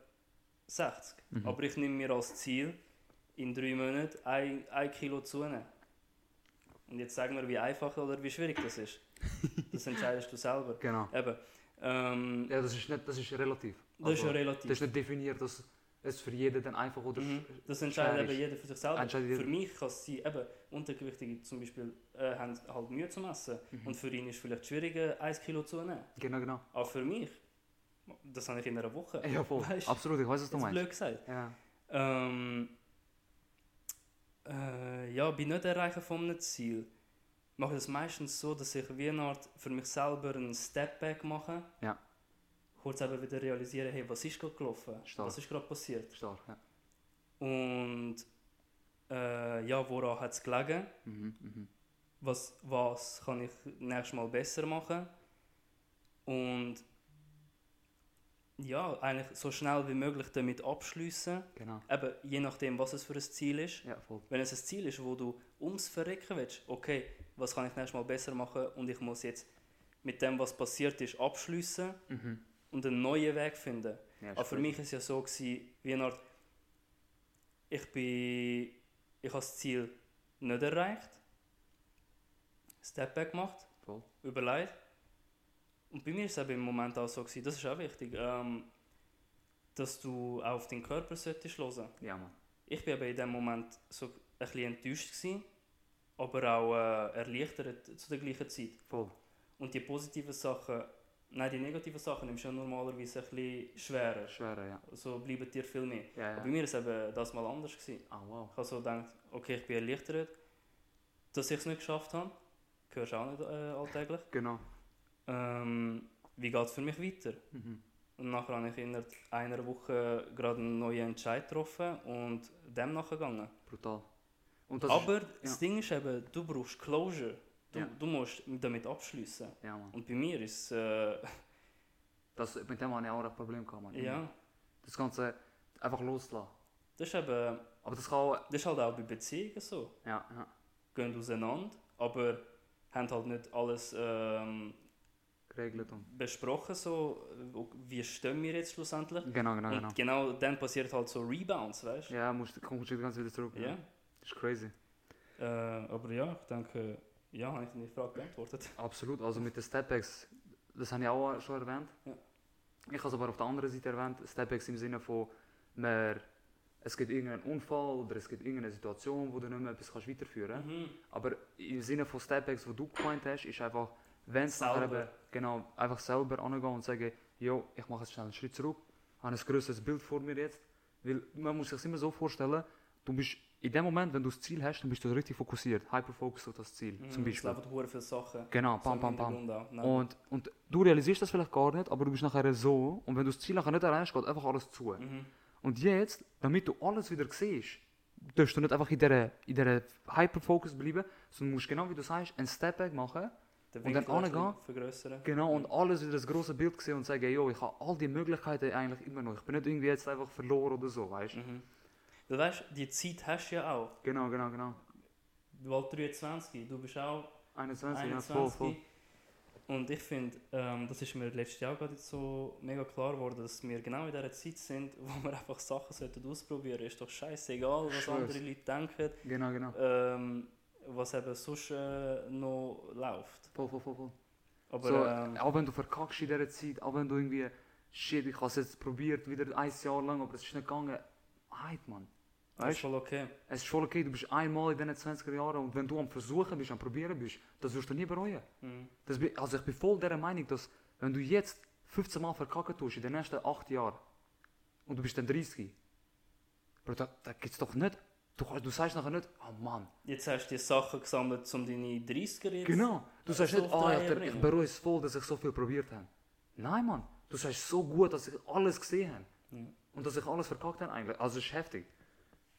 60.
Mhm.
Aber ich nehme mir als Ziel, in drei Monaten ein, ein Kilo zunehmen. Und jetzt sagen wir, wie einfach oder wie schwierig das ist. Das entscheidest du selber.
Genau.
Eben. Ähm,
Ja, das ist nicht, das ist relativ.
das ist ja
Das ist
relativ.
nicht definiert, dass es für jeden dann einfach oder
Mhm.
sch-
Das
schwer
entscheidet
ist.
eben jeder für sich selber.
Entscheidet jeder.
Für mich kann es sein, eben, Untergewichtige zum Beispiel äh, haben halt Mühe zu messen.
Mhm.
Und für ihn ist es vielleicht schwieriger, ein Kilo zunehmen.
Genau, nou, genau.
Aber für mich, das habe ich in einer Woche.
Ja, voll.
Weißt du?
Absolut, ich weiß, Äh, was du
Jetzt
meinst.
blöd gesagt.
Ja.
Ähm, äh, ja, bei nicht erreichen von einem Ziel mache ich es meistens so, dass ich wie eine Art für mich selber einen Stepback mache.
Ja.
Kurz eben wieder realisieren, hey, was ist gerade gelaufen?
Stark.
Was ist gerade passiert?
Stark, ja.
Und äh, ja, woran hat es gelegen?
Mhm, mhm.
was, was kann ich nächstes Mal besser machen und ja, eigentlich so schnell wie möglich damit abschließen.
Genau.
Eben je nachdem, was es für ein Ziel ist.
Ja, voll.
Wenn es ein Ziel ist, wo du ums Verrecken willst, okay, was kann ich nächstes Mal besser machen und ich muss jetzt mit dem, was passiert ist, abschließen
Mhm.
und einen neuen Weg finden.
Ja, ist
Aber für
crazy.
mich war es ja so, gewesen, wie eine Art, ich bin, ich habe das Ziel nicht erreicht, Step Back gemacht,
Voll.
überlegt. Und bei mir war es eben im Moment auch so, gewesen, das ist auch wichtig, ähm, dass du auch auf deinen Körper solltest hören.
Ja, Mann.
Ich war eben in dem Moment so ein bisschen enttäuscht, gewesen, aber auch äh, erleichtert zu der gleichen Zeit.
Voll.
Und die positiven Sachen, nein, die negativen Sachen nimmst du ja normalerweise ein bisschen schwerer.
Schwerer, ja.
So bleiben dir viel mehr.
Ja,
Bei
ja.
mir war es eben das mal anders. Gewesen.
Ah, wow.
Ich habe so gedacht, okay, ich bin erleichtert, Dass ich es nicht geschafft habe, hörst du auch nicht äh, alltäglich.
Genau.
Ähm, wie geht es für mich weiter?
Mhm.
Und nachher habe ich innerhalb einer Woche gerade einen neuen Entscheid getroffen und dem nachgegangen.
Brutal. Und das
Aber
ja.
das Ding ist eben, du brauchst Closure. Du,
Ja.
du musst damit abschließen.
ist, ja, Mann.
Und bei mir ist es. Äh,
Mhm. Das, mit dem hatte ich auch ein Problem. Gehabt, Mann.
ja.
Das Ganze einfach loslassen.
Das ist, eben,
Aber das kann auch...
das ist halt auch bei Beziehungen so.
Ja, ja.
Gehen auseinander, aber haben halt nicht alles ähm,
Geregelt und...
besprochen, so, äh, wo- wie stehen wir jetzt schlussendlich.
Genau, genau, genau.
Und genau dann passiert halt so Rebounds, weißt du?
Ja, musst, kommst du die ganze wieder zurück.
Ja.
Das ist crazy.
Äh, aber ja, ich denke, ja, habe ich deine Frage beantwortet.
Absolut, also mit den Stepbacks, das habe ich auch schon erwähnt.
Ja.
Ich habe es aber auf der anderen Seite erwähnt, Stepbacks im Sinne von, man, es gibt irgendeinen Unfall oder es gibt irgendeine Situation, wo du nicht mehr etwas kannst weiterführen kannst.
Mhm.
Aber im Sinne von Stepbacks, wo du gemeint hast, ist einfach, wenn es
Selber.
nachher eben- genau, einfach selber angehen und sagen, jo, ich mache jetzt schnell einen Schritt zurück, habe ein größeres Bild vor mir jetzt. Weil man muss sich immer so vorstellen, du bist in dem Moment, wenn du das Ziel hast, dann bist du richtig fokussiert, hyperfocused auf das Ziel, zum
Mhm, Es
Beispiel.
laufen hure viele Sachen.
Genau,
So
pam,
im
pam, pam.
Hintergrund auch. Nein.
Und, und du realisierst das vielleicht gar nicht, aber du bist nachher so. Und wenn du das Ziel nachher nicht erreichst, geht einfach alles zu.
Mhm.
Und jetzt, damit du alles wieder siehst, darfst du nicht einfach in dieser, in dieser Hyperfocus bleiben, sondern musst genau wie du sagst, einen Stepback machen.
Den
und dann
Winkel ein bisschen
angehen.
vergrössern.
Genau, und alles wieder das große Bild sehen und sagen, yo, ich habe all die Möglichkeiten eigentlich immer noch. Ich bin nicht irgendwie jetzt einfach verloren oder so, weißt du?
Mhm. Du weißt, die Zeit hast du ja auch.
Genau, genau, genau.
Du bist 23, du bist auch
21,
21.
ja, voll, voll.
Und ich finde, ähm, das ist mir letztes Jahr gerade so mega klar geworden, dass wir genau in dieser Zeit sind, wo wir einfach Sachen sollten ausprobieren Ist doch scheißegal, was
Schwör's.
andere Leute denken,
Genau, genau.
ähm, was eben sonst äh, noch läuft.
Voll, voll, voll, voll.
Aber
so,
ähm,
auch wenn du verkackst in dieser Zeit, auch wenn du irgendwie, shit, ich habe es jetzt probiert, wieder ein Jahr lang, aber es ist nicht gegangen. Halt, Mann.
das ist
Weißt du,
voll okay.
es ist voll okay, du bist einmal in diesen 20er Jahren und wenn du am Versuchen bist, am Probieren bist, das wirst du nie bereuen.
Mhm.
Das, bin- also ich bin voll der Meinung, dass wenn du jetzt 15 Mal verkacken tust in den nächsten 8 Jahren und du bist dann 30, Bro, da, da gibt es doch nicht, du, kannst- du sagst nachher nicht, oh Mann,
Jetzt hast du die Sachen gesammelt, um deine 30er jetzt
Genau. Du sagst
so
nicht,
auf die
ah,
Reihe
Alter, ich
bringen.
bereue es voll, dass ich so viel probiert habe. Nein, Mann. Du sagst so gut, dass ich alles gesehen habe.
Ja.
Und dass ich alles verkackt habe eigentlich. Also es ist heftig.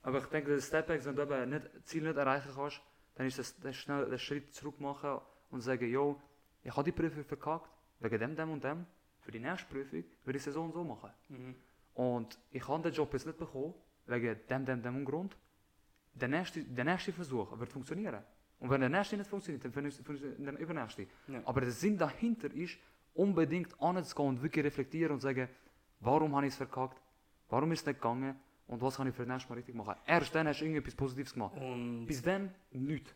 Aber ich denke, die Stepbacks, wenn du eben nicht, das Ziel nicht erreichen kannst, dann ist das, das schnell den Schritt zurück machen und sagen, yo, ich habe die Prüfung verkackt, wegen dem, dem und dem. Für die nächste Prüfung würde ich es so und so machen.
Mhm.
Und ich habe den Job jetzt nicht bekommen, wegen dem, dem, dem und Grund. Der nächste, der nächste Versuch wird funktionieren. Und wenn der nächste nicht funktioniert, dann funktioniert- funktioniert der übernächste.
Ja.
Aber der Sinn dahinter ist, unbedingt anzugehen und wirklich reflektieren und sagen, warum habe ich es verkackt, warum ist es nicht gegangen und was kann ich für das nächste Mal richtig machen. Erst dann hast du irgendetwas Positives gemacht.
Und
Bis dann, nichts.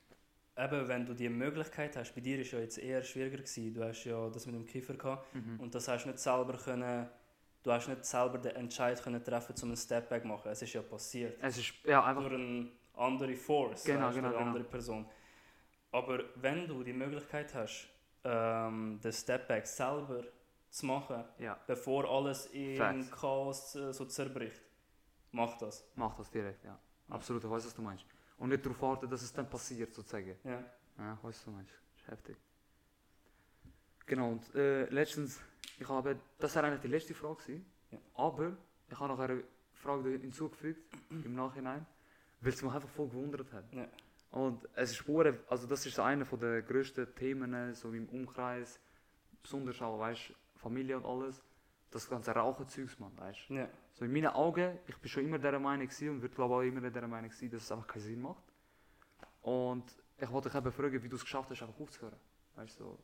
eben, wenn du die Möglichkeit hast, bei dir ist ja jetzt eher schwieriger gewesen, du hast ja das mit dem Kiefer gehabt
Mhm.
und das hast du nicht selber können, du hast nicht selber den Entscheid können treffen, um einen Stepback zu machen. Es ist ja passiert.
Es ist ja, einfach
Durch eine andere Force,
Genau,
weißt,
genau,
durch eine
genau.
andere Person. Aber wenn du die Möglichkeit hast, ähm, den Stepback selber zu machen,
Ja.
bevor alles in
Facts.
Chaos äh, so zerbricht, mach das.
mach das direkt, ja. Absolut, ich weiß, was du meinst. Und nicht darauf warten, dass es dann passiert, sozusagen.
Ja.
Ja, ich weiß, was du meinst. Ist heftig. Genau, und äh, letztens, ich habe, das war eigentlich die letzte Frage, gewesen,
Ja.
aber ich habe noch eine Frage hinzugefügt, im Nachhinein, weil es mich einfach voll gewundert hat.
Ja.
Und es ist pure, also das ist einer von der grössten Themen, so im Umkreis, besonders auch, weißt Familie und alles, das ganze Rauchenzeugs, man, weißt
ja.
so in meinen Augen, ich bin schon immer der Meinung gewesen und würde glaube auch immer der Meinung sein, dass es einfach keinen Sinn macht. Und ich wollte dich eben fragen, wie du es geschafft hast, einfach aufzuhören. Weißt du, so.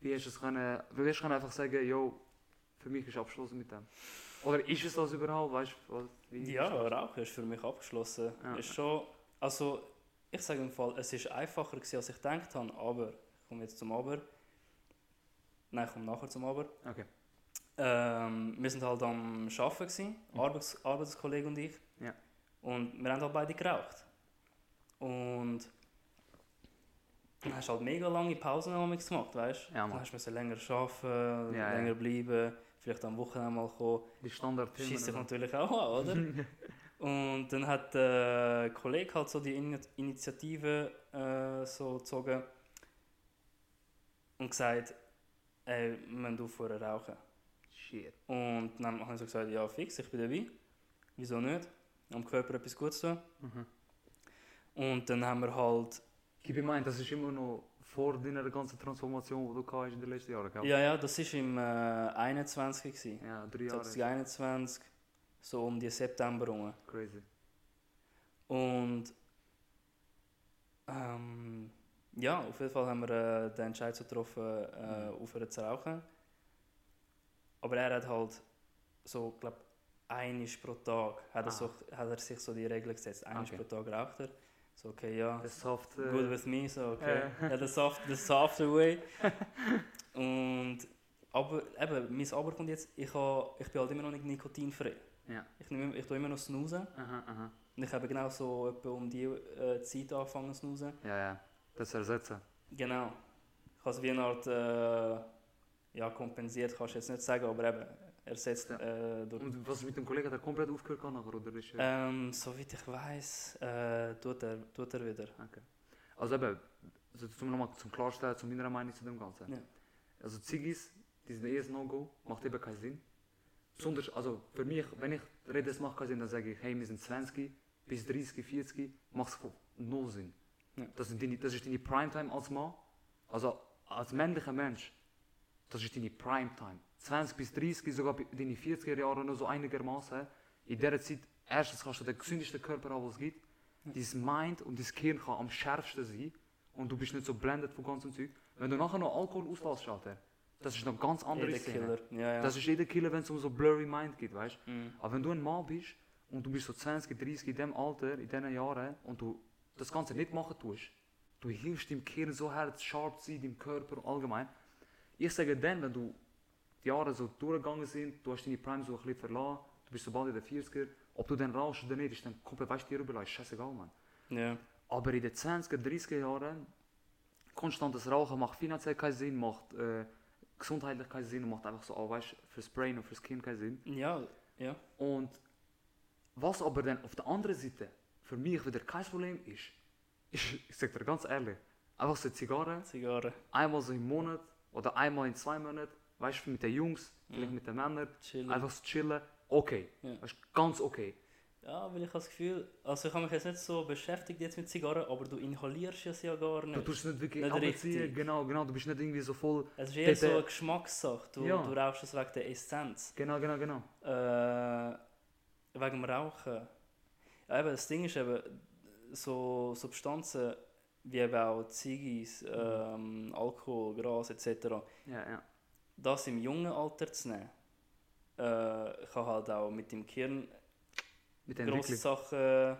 wie hast du es können, wie hast du können einfach sagen, yo, für mich ist abgeschlossen mit dem. Oder ist es das überhaupt, weißt du, was- wie Ah,
Ja, Rauchen ist für mich abgeschlossen.
Ja.
Ist schon, also ich sage im Fall, es ist einfacher gewesen, als ich gedacht habe, aber, ich komme jetzt zum Aber. Nein, ich komme nachher zum Aber.
Okay,
Ähm, wir sind halt am Arbeiten, gewesen,
Mhm.
Arbeits Arbeitskollege und ich.
Ja.
Und wir haben halt beide geraucht. Und dann hast du halt mega lange Pausen damals gemacht, weißt du?
Ja, Mann.
dann hast du müssen länger arbeiten,
Ja, ja.
länger bleiben, vielleicht am Wochenende mal kommen.
die Standard
Schießt dich natürlich auch an, ah, oder? Und dann hat der Kollege halt so die Ini- Initiative äh, so gezogen und gesagt, ey, wir müssen aufhören zu rauchen.
Shit.
Und dann habe ich so gesagt, ja fix, ich bin dabei. Wieso nicht? Am Körper etwas Gutes tun.
Mhm.
Und dann haben wir halt
Gib in mind, das ist immer noch vor deiner ganzen Transformation, die du gehabt hast in den letzten Jahren, gell?
Ja, ja, das war im äh, 21. Gewesen.
Ja, drei Jahre.
2021, so um die September rum.
Crazy.
Und ähm, ja, auf jeden Fall haben wir äh, den Entscheid so getroffen, äh,
Mhm.
aufhören zu rauchen. Aber er hat halt so, glaube einisch pro Tag hat
Ah.
er, so, hat er sich so die Regel gesetzt. Einisch
Okay.
pro Tag raucht er. So, okay, ja.
Das Saft. Äh,
Good with me, so okay.
Ja.
Ja, the soft, the softer way. Und aber eben, mein Aber kommt jetzt, ich, ha, ich bin halt immer noch nicht nikotinfrei.
Ja.
Ich, nehm, ich tue immer noch snoozen.
aha, aha.
Und ich habe genau so etwa um die äh, Zeit angefangen zu snoozen.
Ja, ja. Das ersetzen.
Genau. Ich habe es wie eine Art äh, ja, kompensiert, kannst du jetzt nicht sagen, aber eben ersetzt
Ja.
äh, durch.
Und was mit dem Kollegen, der komplett aufgehört hat nachher, oder ist er-
Ähm, soweit ich weiß, äh, tut, er, tut er wieder.
Also eben, also zum nochmal zum Klarstellen, zu meiner Meinung zu dem Ganzen.
Ja.
Also Ziggis, die sind eher ein No-Go, macht eben keinen Sinn. Besonders, also für mich, wenn ich rede, es macht keinen Sinn, dann sage ich, hey, wir sind 20 bis 30, 40, macht es null Sinn.
Ja.
Das, sind deine, das ist deine Primetime als Mann, also als männlicher Mensch, das ist deine Primetime. 20 bis 30, sogar bei- deine 40er Jahre noch so einigermaßen. In dieser Zeit, erstens kannst du den gesündesten Körper haben, den es gibt. Dein Mind und dein Gehirn kann am schärfsten sein und du bist nicht so blendet von ganzem Zeug. Wenn du nachher noch Alkohol auslässt, Alter, das ist noch ganz andere
Jeder
Szene.
Killer. Ja, ja.
Das ist jeder Killer, wenn es um so blurry Mind geht, weißt
Mhm.
aber wenn du ein Mann bist und du bist so 20, 30 in dem Alter, in diesen Jahren und du das Ganze nicht machen tust, du hilfst dem Gehirn so hart, scharf zu sein, deinem Körper und allgemein. Ich sage dann, wenn du die Jahre so durchgegangen sind, du hast deine Prime so ein bisschen verlassen, du bist so bald in den 40er, ob du dann rauschst oder nicht, ist dann komplett, weißt du, dir überlegst, scheißegal, Mann.
ja.
Aber in den 20er, 30er Jahren, konstantes Rauchen macht finanziell keinen Sinn, macht äh, gesundheitlich keinen Sinn, und macht einfach so, oh, weißt fürs Brain und fürs Kind keinen Sinn.
ja, ja.
Und was aber dann auf der anderen Seite für mich wieder kein Problem ist, ist ich sag dir ganz ehrlich, einfach so Zigarren,
Zigarre.
einmal so im Monat oder einmal in zwei Monaten, weißt du, mit den Jungs, vielleicht
Mhm.
mit den Männern,
Chillen.
einfach so chillen, okay.
Ja.
Weißt, du, ganz okay.
Ja, weil ich habe das Gefühl, also ich habe mich jetzt nicht so beschäftigt jetzt mit Zigarren, aber du inhalierst es ja gar
Du
nicht.
tust es nicht wirklich
Nicht
abziehen,
richtig.
genau, genau, du bist nicht irgendwie so voll.
es ist eher so
Dort, äh,
eine Geschmackssache. Du,
Ja.
du rauchst es wegen der Essenz.
Genau, genau, genau.
Äh, wegen dem Rauchen. Ja, eben, das Ding ist eben, so Substanzen wie eben auch Ziggis, ähm, Alkohol, Gras etc.,
Ja, ja.
das im jungen Alter zu nehmen, äh, kann halt auch mit dem Gehirn
Mit der
grosse
Entwicklung.
Sachen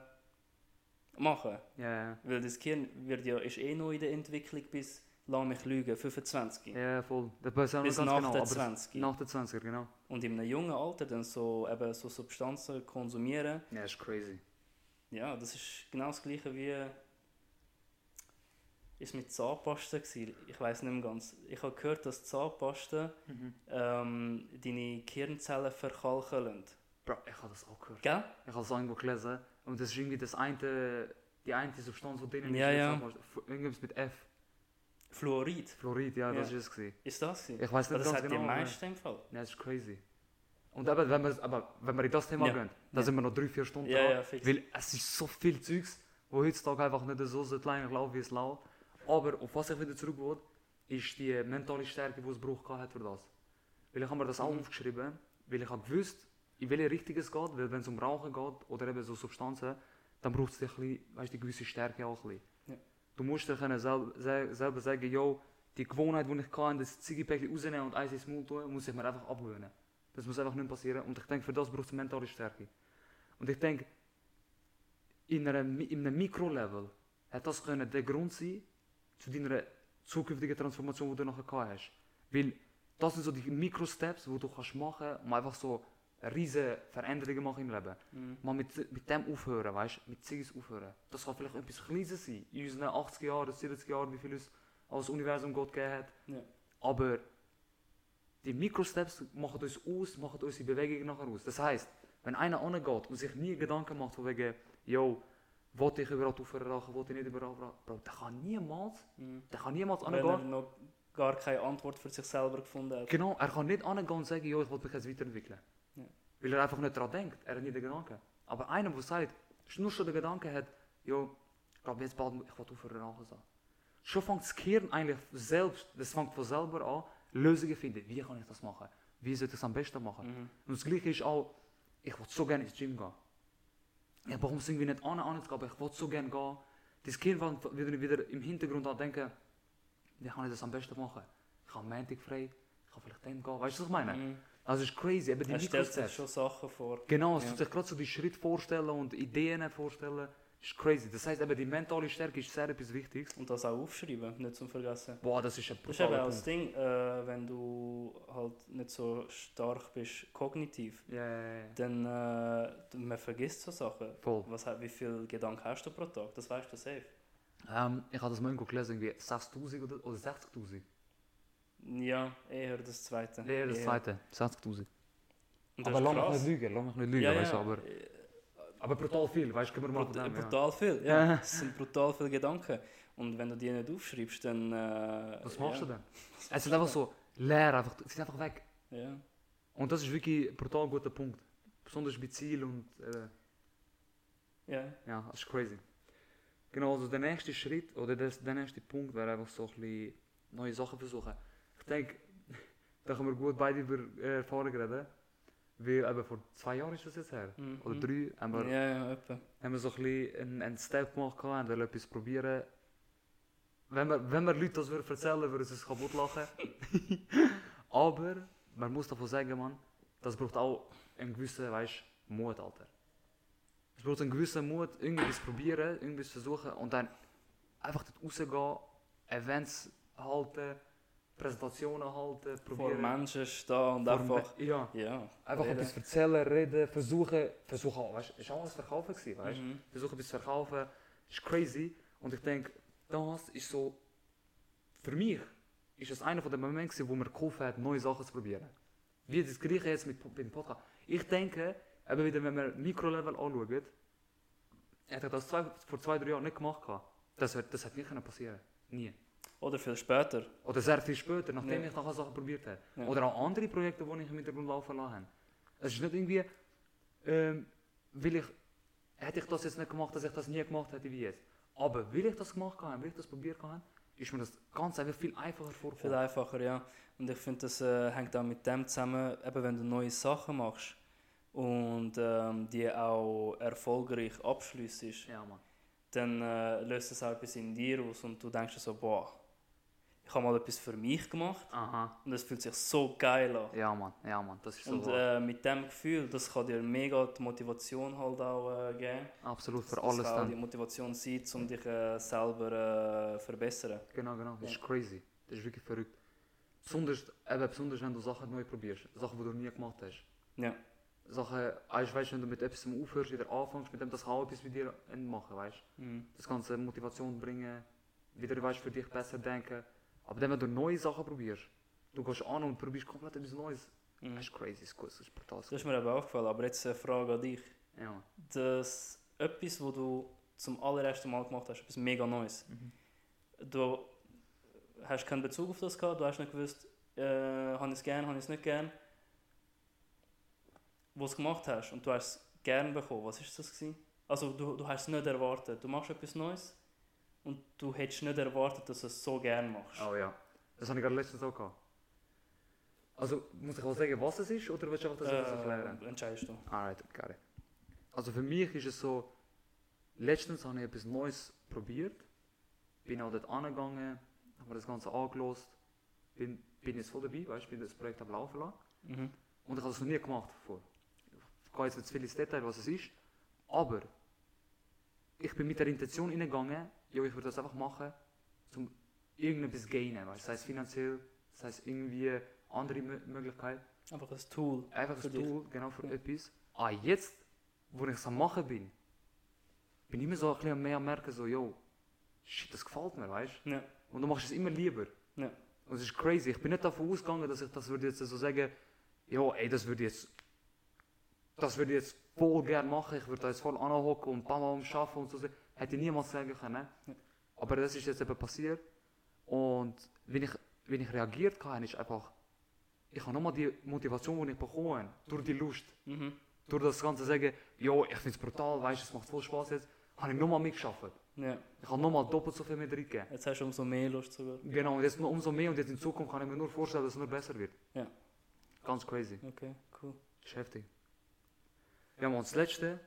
machen.
Ja, ja.
Weil das Gehirn wird ja, ist eh noch in der Entwicklung bis, lass mich lügen, 25.
Ja, voll. Das weiß ich auch
bis
nicht ganz
nach
genau.
der
aber
20.
Nach der 20er, genau.
Und in einem jungen Alter dann so, eben so Substanzen konsumieren,
Ja, ist crazy.
ja, das ist genau das gleiche wie ist mit Zahnpasta gewesen. Ich weiß nicht mehr ganz. Ich habe gehört, dass Zahnpasta
Mhm.
ähm, deine Gehirnzellen verkalken lässt.
Bro, ich habe das auch gehört.
Gell?
Ich habe es irgendwo gelesen. Und das ist irgendwie das eine, die eine Substanz, die drinnen
Ja,
ist.
ja.
Sag mal, F- Irgendwas mit F.
Fluorid.
Fluorid, ja, das
Ja.
ist es. Gewesen.
Ist das gewesen?
Ich weiß nicht
Das hat
ganz genau.
die
aber-
meisten im Fall.
Ja, das ist crazy. Und aber wenn wir, aber wenn wir in das Thema
Ja.
gehen, dann
Ja.
sind wir noch drei, vier Stunden
Ja,
dran.
ja, fix.
Weil es ist so viel Zeugs, wo heutzutage einfach nicht so so klein laufen wie es lau. Aber auf was ich wieder zurück will, ist die mentale Stärke, die es braucht gehabt hat für das. Weil ich habe mir das auch
Mhm.
aufgeschrieben, weil ich habe gewusst, in welche Richtung es geht, weil wenn es um Rauchen geht oder eben so Substanzen, dann braucht es ein bisschen, weißt, die gewisse Stärke auch ein bisschen.
Ja.
Du musst dir können selber, se- selber sagen, yo, die Gewohnheit, die ich kann, das Ziegepäckchen rausnehmen und eins ins Mund tun, muss ich mir einfach abgewöhnen. Das muss einfach nicht passieren und ich denke, für das braucht es mentale Stärke. Und ich denke, in einem, Mi- in einem Mikrolevel hat das können der Grund sein zu deiner zukünftigen Transformation, die du nachher gehabt hast. Weil das sind so die Mikrosteps, die du kannst machen um einfach so riesige Veränderungen machen im Leben.
Mhm.
Mal mit, mit dem aufhören, weißt du, mit Zigis aufhören. Das kann vielleicht etwas Kleines sein, in unseren 80 Jahren, 70 Jahren, wie viel uns als Universum Gott gegeben hat.
Ja.
Aber die Mikrosteps machen uns aus, machen unsere Bewegung nachher aus. Das heißt, Wenn einer angeht und sich nie Gedanken macht, von wegen, yo, wollte ich überall raufrachen, wollte ich nicht überall raufrachen, Bro, der kann niemals,
Mhm.
der kann niemals
Wenn er
angehen.
noch gar keine Antwort für sich selber gefunden hat.
Genau, er kann nicht angehen und sagen, yo, ich wollte mich jetzt weiterentwickeln.
Ja.
Weil er einfach nicht daran denkt, er hat nie den Gedanken. Aber einer, der sagt, nur schon den Gedanken hat, yo, ich glaube jetzt bald, ich wollte raufrachen sein. Schon fängt das Gehirn eigentlich selbst, das fängt von selber an, Lösungen finden. Wie kann ich das machen? Wie sollte ich es am besten machen?
Mhm.
Und das Gleiche ist auch, ich will so gerne ins Gym gehen. Ich warum es irgendwie nicht an, anzugehen, aber ich will so gerne gehen. Das Kind fängt wieder, wieder im Hintergrund an denken, wie kann ich das am besten machen? Ich habe am Montag frei, ich kann vielleicht dann gehen. Weißt du, was ich meine?
Mhm.
Also es ist crazy, eben die
Er stellt sich
Mikrosteps.
schon Sachen vor.
Genau, es
Ja.
tut sich gerade so die Schritte vorstellen und Ideen vorstellen. Ist crazy. Das heißt eben, die mentale Stärke ist sehr etwas Wichtiges.
Und das auch aufschreiben, nicht zum Vergessen.
Boah, das ist ein
Das ist eben
brutaler
auch das
Punkt.
Ding, äh, wenn du halt nicht so stark bist kognitiv,
Ja, ja, ja.
dann äh, man vergisst so Sachen.
Voll.
Was, hat- wie viel Gedanken hast du pro Tag? Das weißt du safe.
Ähm, ich habe das mal irgendwo gelesen, irgendwie 6000 oder, oder 60.000.
Ja, eher das Zweite.
Ja, das zweite, 60.000.
Und das
Aber
ist
lass mich
krass.
nicht lügen, lass mich nicht lügen,
Ja,
weißt du,
ja.
aber,
äh,
aber brutal viel, weißt du, können wir mal
Brut
von dem, ja.
brutal viel, ja.
Ja.
Es sind brutal viele Gedanken. Und wenn du die nicht aufschreibst, dann... Äh,
Was machst
ja.
du denn? Es sind einfach so leer, einfach, sie sind einfach weg.
Ja.
Und das ist wirklich ein brutal guter Punkt. Besonders bei Ziel und, äh,
ja.
ja, das ist crazy. Genau, also der nächste Schritt, oder das, der nächste Punkt wäre einfach so ein bisschen neue Sachen versuchen. Ich denke, da können wir gut beide über äh, Erfahrung reden. Weil eben vor zwei Jahren ist das jetzt her.
Mhm.
Oder drei, haben wir
Ja, ja, etwa.
haben wir so ein bisschen einen, einen Step gemacht gehabt, haben wollen etwas probieren. Wenn wir, wenn wir Leute das würden erzählen, würden sie uns kaputt lachen. Aber man muss davon sagen, man, das braucht auch einen gewissen weißt, Mut, Alter. Es braucht einen gewissen Mut, irgendwas probieren, irgendwas versuchen und dann einfach dort rausgehen, Events halten, Präsentationen halten,
Vor
probieren.
Menschen stehen und
Vor
einfach...
Me- Ja,
Ja.
einfach
reden.
etwas erzählen, reden, versuchen. Versuchen auch, weißt du, ist auch alles verkaufen gewesen, weißt du?
Mhm.
versuchen etwas zu verkaufen, ist crazy. Und ich denke, das ist so, für mich ist das einer von den Momenten, gewesen, wo mir geholfen hat, neue Sachen zu probieren. Wie das gleiche jetzt mit, mit dem Podcast. Ich denke, eben wieder, wenn man Mikrolevel anschaut, hätte ich das zwei, vor zwei, drei Jahren nicht gemacht. gehabt. Das, hat- das hätte nie können passieren Nie.
Oder viel später.
Oder sehr viel später, nachdem
Ja.
ich nachher Sachen probiert habe.
Ja.
Oder auch andere Projekte, die ich im Hintergrund laufen lassen habe. Es ist nicht irgendwie, ähm, will ich, hätte ich das jetzt nicht gemacht, dass ich das nie gemacht hätte wie jetzt. Aber will ich das gemacht habe, will ich das probiert habe, ist mir das ganz einfach viel einfacher
Viel
vorgekommen.
einfacher, ja. Und ich finde, das äh, hängt auch mit dem zusammen, eben wenn du neue Sachen machst und ähm, die auch erfolgreich abschliessest,
Ja, Mann.
dann äh, löst das auch etwas in dir aus und du denkst dir so, boah, ich habe mal etwas für mich gemacht
Aha.
und das fühlt sich so geil an.
Ja, Mann. Ja, Mann. Das ist so.
Und
wahr.
äh, mit dem Gefühl, das kann dir mega die Motivation halt auch äh, geben.
Absolut, für
Das
alles
kann auch die
dann.
Motivation sein, um dich äh, selber äh, verbessern.
Genau, genau. Das ist crazy. Das ist wirklich verrückt. Besonders, eben, besonders wenn du Sachen neu probierst. Sachen, die du nie gemacht hast.
Ja.
Sachen, weißt, weißt, ah, wenn du mit etwas aufhörst, wieder anfängst, mit dem das kann auch etwas mit dir machen, weißt
Mhm.
Das Ganze Motivation bringen, wieder weißt, für dich besser denken. Aber dann, wenn du neue Sachen probierst, du gehst an und probierst komplett etwas Neues.
Mhm.
Das ist crazy, ist gut, das ist brutal.
Das ist mir eben aufgefallen, aber jetzt eine Frage an dich.
Ja.
dass etwas, wo du zum allerersten Mal gemacht hast, etwas mega Neues.
Mhm.
Du hast keinen Bezug auf das gehabt, du hast nicht gewusst, äh, habe ich es gern, habe ich es nicht gern. Wo du es gemacht hast und du hast es gern bekommen, was ist das gewesen? Also du, du hast es nicht erwartet, du machst etwas Neues und du hättest nicht erwartet, dass du es so gern machst.
Oh ja. Das habe ich gerade letztens auch gehabt. Also, muss ich auch sagen, was es ist, oder willst du einfach das etwas erklären?
äh, entscheidest du.
Alright, got it. Also für mich ist es so, letztens habe ich etwas Neues probiert, bin auch dort angegangen, habe mir das Ganze angelost, bin, bin jetzt voll dabei, weißt du, bin das Projekt am Laufen lassen
Mhm.
und ich habe das noch nie gemacht davor. Ich gehe jetzt nicht zu viel ins Detail, was es ist, aber ich bin mit der Intention reingegangen, jo, ich würde das einfach machen, um irgendetwas zu gainen, weißt du, sei es finanziell, sei es irgendwie andere Mö Möglichkeit.
Einfach ein Tool.
Einfach
Für
ein
dich.
Tool, genau für
Ja.
etwas. Ah, jetzt, wo ich es am machen bin, bin ich immer so ein bisschen mehr am merken, so, yo, shit, das gefällt mir, weißt du?
Ja.
Und du machst es immer lieber.
Ja.
Und es ist crazy. Ich bin nicht davon ausgegangen, dass ich das würde jetzt so sagen, yo, ey, das würde ich jetzt das würde ich jetzt voll gerne machen, ich würde da jetzt voll anhocken und bam, bam, schaffen und so. Hätte ich niemals sagen können. ne?
Ja.
Aber das ist jetzt eben passiert. Und wenn ich, wenn ich reagiert habe, ist einfach, ich habe nochmal die Motivation, die ich bekommen habe, durch die Lust.
Mhm.
Durch das ganze Sagen, jo, ich finde es brutal, weißt du, es macht voll Spaß jetzt, habe ich nochmal mitgeschafft.
Ja,
Ich habe nochmal doppelt so viel mit reingegeben.
jetzt hast du umso mehr Lust sogar.
Genau, und jetzt noch umso mehr und jetzt in Zukunft kann ich mir nur vorstellen, dass es nur besser wird.
Ja.
Ganz crazy.
Okay, cool.
Ist heftig. Ja, man, das letzte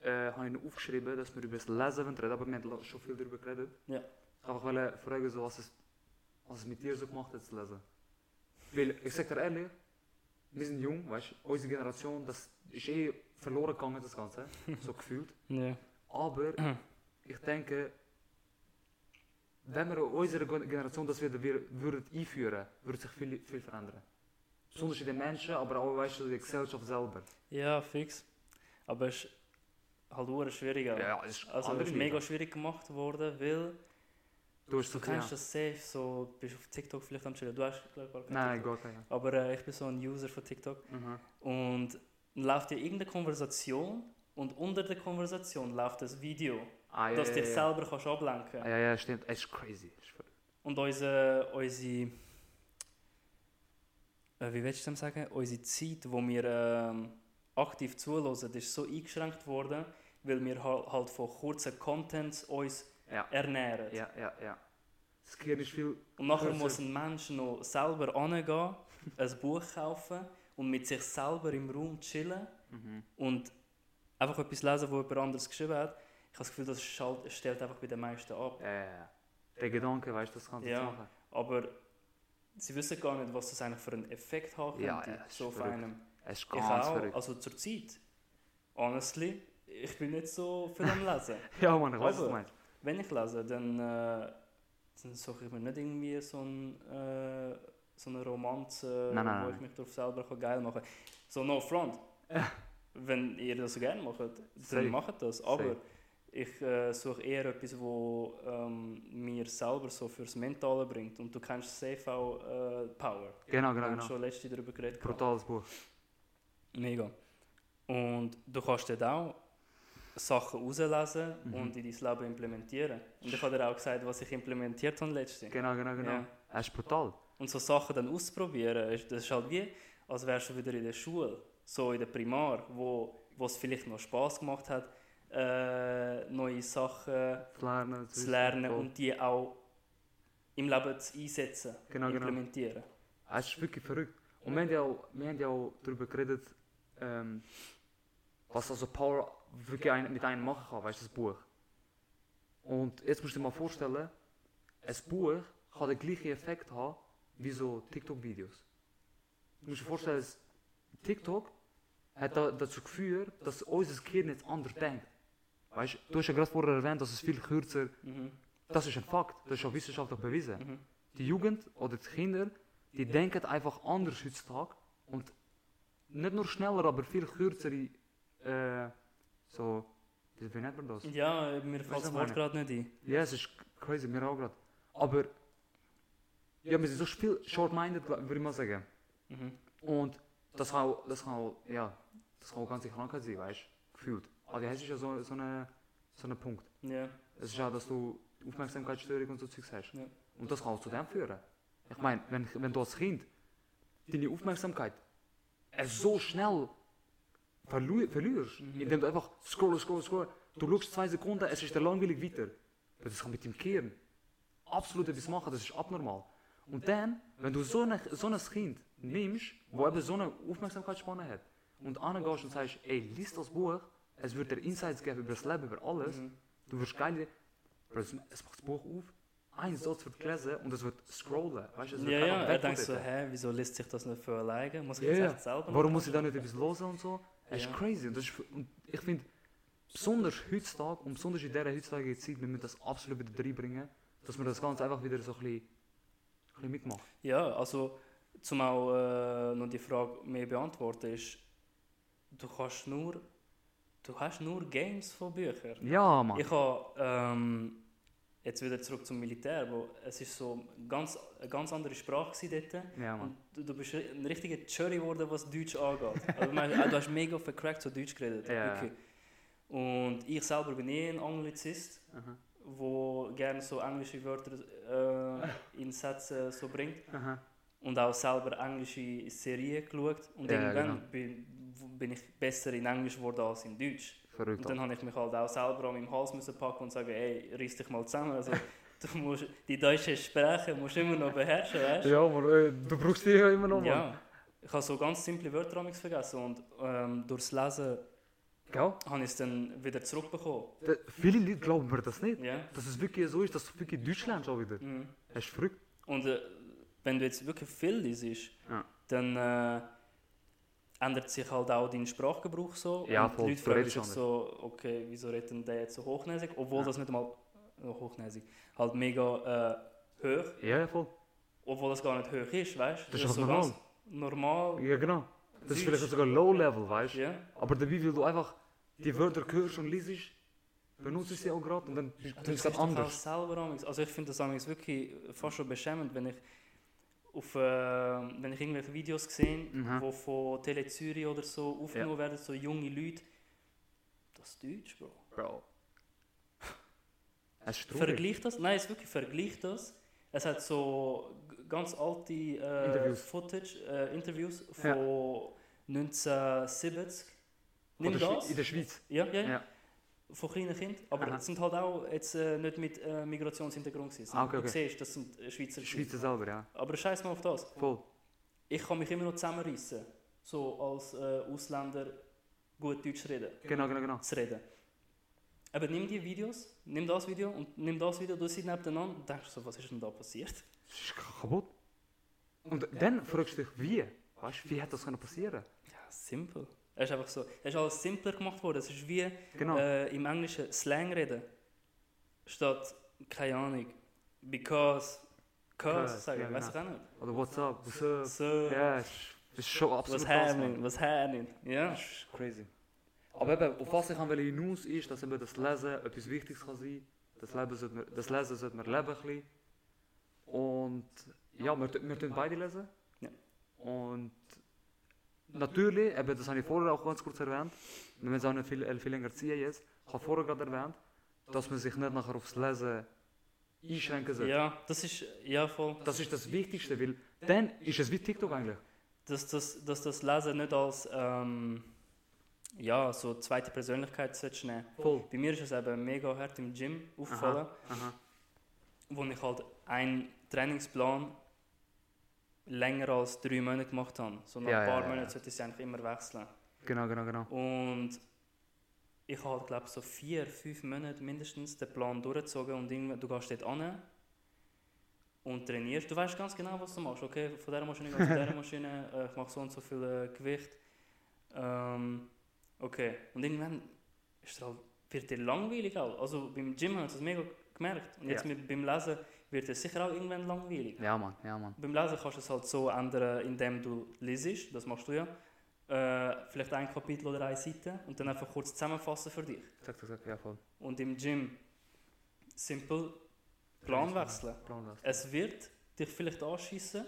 äh, habe ich noch aufgeschrieben, dass wir über das Lesen reden, aber wir haben la- schon viel darüber geredet.
Ja.
Ich wollte einfach äh, fragen, so, was, es, was es mit dir so gemacht hat, das Lesen. Weil, ich sage dir ehrlich, wir sind jung, weißt du, unsere Generation, das ist eh verloren gegangen, das Ganze, so gefühlt.
Ja.
Aber ich denke, wenn wir unsere Gen- Generation das wieder wir- würden einführen, würde sich viel, viel verändern. Besonders in den Menschen, aber auch weißt du, die Gesellschaft selber.
Ja, fix. Aber es ist halt hure schwierig. auch.
es ist
Also es
andere
ist dus mega
Liga.
schwierig gemacht worden, weil
Du hast
du
so
kennst
ja.
das safe, so bist auf TikTok vielleicht am chillen. Du hast glaub ich gar kein
Nein,
TikTok.
Gott, ja.
Aber äh, ich bin so ein User von TikTok.
Mhm.
Und dann läuft ja irgendeine Konversation und unter der Konversation läuft ein Video,
Ah, ja,
das
ja,
dich
ja.
selber kannst ablenken
Ah, ja, ja, stimmt. Es ist crazy. Es ist ver-
Und unsere, unsere äh, wie willst du dem sagen, unsere Zeit, wo wir ähm, aktiv zuhören, ist so eingeschränkt worden, weil wir halt, halt von kurzen Contents uns
Ja.
ernähren.
Ja, ja, ja. Das Gehirn ist viel.
Und nachher
Kürzer.
muss ein Mensch noch selber hingehen, ein Buch kaufen und mit sich selber im Raum chillen
Mhm.
und einfach etwas lesen, was jemand anderes geschrieben hat. Ich habe das Gefühl, das schalt- stellt einfach bei den meisten ab.
Ja, ja, ja. Der Gedanke, weißt du, das kannst du
Ja.
machen.
Aber sie wissen gar nicht, was das eigentlich für einen Effekt haben könnte.
Ja, ja, das
so
ist
auf
verrückt.
einem.
Es ist
Ich
ganz
auch,
verrückt.
also zur Zeit, honestly, ich bin nicht so viel am Lesen.
Ja, Mann, ich weiß, was
Aber-
du meinst.
Wenn ich lese, dann, äh, dann suche ich mir nicht irgendwie so, ein, äh, so eine Romanze,
Nein, nein,
wo
nein.
ich mich drauf selber kann geil machen kann. So, no front. dus Wenn ihr das gerne macht, dann
Safe.
macht das.
Safe.
Aber ich äh, suche eher etwas, wo ähm, mir selber so fürs Mentale bringt. Und du kennst safe auch äh, Power.
Genau,
Wir
genau,
haben
genau.
schon letztens darüber geredet. gehabt.
Brutales Buch.
Mega. Und du kannst dort auch Sachen rauslesen
Mhm.
und in dein Leben implementieren. Und ich habe dir auch gesagt, was ich implementiert habe letztens.
Genau, genau, genau.
Ja.
Es ist brutal.
Und so Sachen dann ausprobieren, ist- das ist halt wie, als wärst du wieder in der Schule, so in der Primar, wo, wo es vielleicht noch Spaß gemacht hat, äh, neue Sachen
Zu oh, lernen.
zu lernen
voll.
und die auch im Leben zu einsetzen,
Genau, genau.
implementieren.
ah, Es ist wirklich verrückt. Und wir haben ja auch, wir haben ja auch darüber geredet, ähm, was also Power wirklich ein, mit einem machen kann, weißt du, das Buch. Und jetzt musst du dir mal vorstellen, ein Buch kann den gleichen Effekt haben wie so TikTok-Videos. Du musst dir vorstellen, dass TikTok hat da, dazu geführt, dass unser Kind jetzt anders denkt. Weißt du, du hast ja gerade vorher erwähnt, dass es viel kürzer
Mhm.
das ist ein Fakt, das ist auch wissenschaftlich bewiesen.
Mhm.
Die Jugend oder die Kinder, die denken einfach anders heutzutage und nicht nur schneller, aber viel kürzere, äh, so, wie wie nennt man das?
Ja, mir
was
fällt das
ich
Wort
meine?
gerade nicht ein.
Ja, es ist crazy, mir auch gerade. Aber, ja, wir sind so viel short-minded, gla- würde ich mal sagen.
Mhm.
Und das kann auch, das kann auch, ja, das kann auch ganze Krankheit sein, weißt du, gefühlt. Aber das ist ja so, so ein so eine Punkt.
Mhm, Ja,
Es ist ja, dass du Aufmerksamkeitsstörung und so Zeugs hast.
Ja.
Und das kann auch zu dem führen. Ich meine, wenn, wenn du als Kind deine Aufmerksamkeit äh, so schnell verlu- verlierst,
Mhm.
indem du einfach scrollst, scrollst, scrollst, du schaust zwei Sekunden, es ist dir langweilig weiter. Aber das kann mit dem Gehirn absolut etwas machen, das ist abnormal. Und dann, wenn du so, eine, so ein Kind nimmst, wo eben so eine Aufmerksamkeitsspanne hat, und angehst und sagst, ey, lies das Buch, es wird dir Insights geben über das Leben, über alles,
mhm.
Du wirst geil. Bro, es, es macht das Buch auf, ein Satz wird gelesen und es wird scrollen. Weißt du, es wird
Ja, ja,
einfach
er
weg von
denkt so,
dort.
hä, wieso lässt sich das nicht für alleine? Muss ich
Ja,
jetzt
ja.
echt selber
Warum
machen?
muss ich da nicht etwas hören und so? Es
Ja.
ist crazy. Und, das ist, und ich finde, besonders heutzutage und besonders in dieser heutzutage Zeit, wir müssen das absolut wieder reinbringen, dass man das Ganze einfach wieder so ein bisschen, ein bisschen mitmacht.
Ja, also, zum auch äh, noch die Frage mehr beantworten, ist, du kannst nur, du hast nur Games von Büchern.
Ja, Mann.
Ich habe ähm, jetzt wieder zurück zum Militär, wo es ist so ganz, eine ganz andere Sprache gewesen dort.
Ja,
Und
man.
du, du bist ein richtiger Cherry geworden, was Deutsch angeht. Also, ich meine, du hast mega vercrackt so Deutsch geredet.
Ja.
Wirklich. Und ich selber bin eh ein Anglizist,
Aha.
wo gerne so englische Wörter äh, in Sätze so bringt.
Aha.
Und auch selber englische Serien geschaut. Und
Ja,
irgendwann
genau.
bin, bin ich besser in Englisch geworden als in Deutsch.
Verrückt.
Und dann habe ich mich halt auch selber an meinem Hals müssen packen und sagen, ey, riss dich mal zusammen. Also, du musst die deutsche Sprache musst du immer noch beherrschen, weißt du?
Ja, maar eh, du brauchst die ja immer noch. Ja.
Ja. Ich habe so ganz simple Wörter amigs vergessen und ähm, durchs Lesen
Gell?
habe ich es dann wieder zurückbekommen.
Da, viele Leute glauben mir das nicht.
Ja.
Dass es wirklich so ist, dass du wirklich Deutsch lernst auch wieder.
Mhm.
Das ist verrückt.
Und äh, wenn du jetzt wirklich viel liest,
Ja.
dann äh, ändert sich halt auch dein Sprachgebrauch so.
Ja,
und
voll.
die Leute
Du
fragen
redest
sich so, okay, wieso redet denn der jetzt so hochnäsig? Obwohl
Ja.
das nicht mal äh, hochnäsig, halt mega äh, hoch,
Ja, ja, voll.
obwohl das gar nicht hoch ist, weißt du?
Das ist
so
halt normal.
ganz normal.
Ja, genau. Das ist
Deutsch.
vielleicht sogar Low-Level, weißt du?
Ja.
Aber dabei, weil du einfach die Wörter hörst und liest, benutzt du sie auch gerade und dann
Du
tust du
das
es
ist
halt
auch
anders.
selber amigs. Also ich finde das amigs wirklich fast schon beschämend, wenn ich auf, äh, wenn ich irgendwelche Videos sehe,
Mhm.
wo von Tele Zürich oder so aufgenommen werden, so junge Leute. Das ist Deutsch, Bro.
Bro. Es ist traurig.
Vergleich das. Nein, es ist wirklich vergleich das. Es hat so g- ganz alte äh,
Interviews.
Footage, äh, Interviews von
Ja.
1970.
Von
Nimm
der Schwe-
das.
In der Schweiz.
Ja, ja, ja.
Ja.
Von kleinen Kindern. Aber
Aha.
es sind halt auch jetzt äh, nicht mit äh, Migrationshintergrund gewesen.
Ah, okay,
Du
okay.
siehst, das sind äh, Schweizer
Schweizer
Kinder.
selber, ja.
Aber scheiß mal auf das.
Voll.
Ich kann mich immer noch zusammenreißen, so als äh, Ausländer gut Deutsch reden,
Genau, genau, genau.
zu reden. Aber nimm die Videos, nimm das Video und nimm das Video, du siehst nebeneinander und denkst so, was ist denn da passiert?
Es ist kaputt. Und dann fragst du dich, wie? Weißt du, wie hätte das können passieren?
Ja, simpel. Es ist einfach so, es ist alles simpler gemacht worden. Es ist wie
Genau.
äh, im Englischen Slang reden. Statt, keine Ahnung, because, cause,
Cause,
sagen,
ja,
weiss ich auch nicht.
Oder what's up, what's up?
So,
Ja, es ist- es ist schon
was
absolut
happening, was happening, ja.
Das ist crazy. Aber eben, auf was ich will hinaus ist, dass eben das Lesen etwas Wichtiges kann sein das, Leben sollte man, das Lesen sollte man leben ein bisschen. Und ja, wir, tun- wir tun beide lesen.
Ja.
Und natürlich, eben, das habe ich vorher auch ganz kurz erwähnt, wir müssen es auch nicht viel, äh, viel länger ziehen jetzt, ich habe vorher gerade erwähnt, dass man sich nicht nachher aufs Lesen einschränken sollte.
Ja, das ist, ja voll.
Das ist das Wichtigste, weil dann ist es wie TikTok eigentlich.
dass das, dass das Lesen nicht als ähm, ja, so zweite Persönlichkeit solltest nehmen
Voll.
Bei mir ist es eben mega hart im Gym aufgefallen,
Aha.
wo ich halt einen Trainingsplan länger als drei Monate gemacht habe. So nach
Ja,
ein
ja,
paar
ja,
Monaten
ja.
sollte ich sie eigentlich immer wechseln.
Genau, genau, genau.
Und ich habe halt, glaube so vier, fünf Monate mindestens den Plan durchgezogen und irgendwann, du gehst dort an und trainierst. Du weißt ganz genau, was du machst. Okay, von dieser Maschine gehe ich zu dieser Maschine, äh, ich mache so und so viel äh, Gewicht. Ähm, okay, und irgendwann ist dir halt, wird dir langweilig auch. Also beim Gym habe ich das mega gemerkt. Und jetzt
Ja.
mit, beim Lesen wird dir sicher auch irgendwann langweilig.
Ja, Mann, ja, Mann.
Beim Lesen kannst du es halt so ändern, indem du lesest, das machst du ja. Äh, vielleicht ein Kapitel oder eine Seite und dann einfach kurz zusammenfassen für dich.
Zack, zack, zack, ja, voll.
Und im Gym simpel Plan wechseln.
Planlos.
Es wird dich vielleicht anschießen,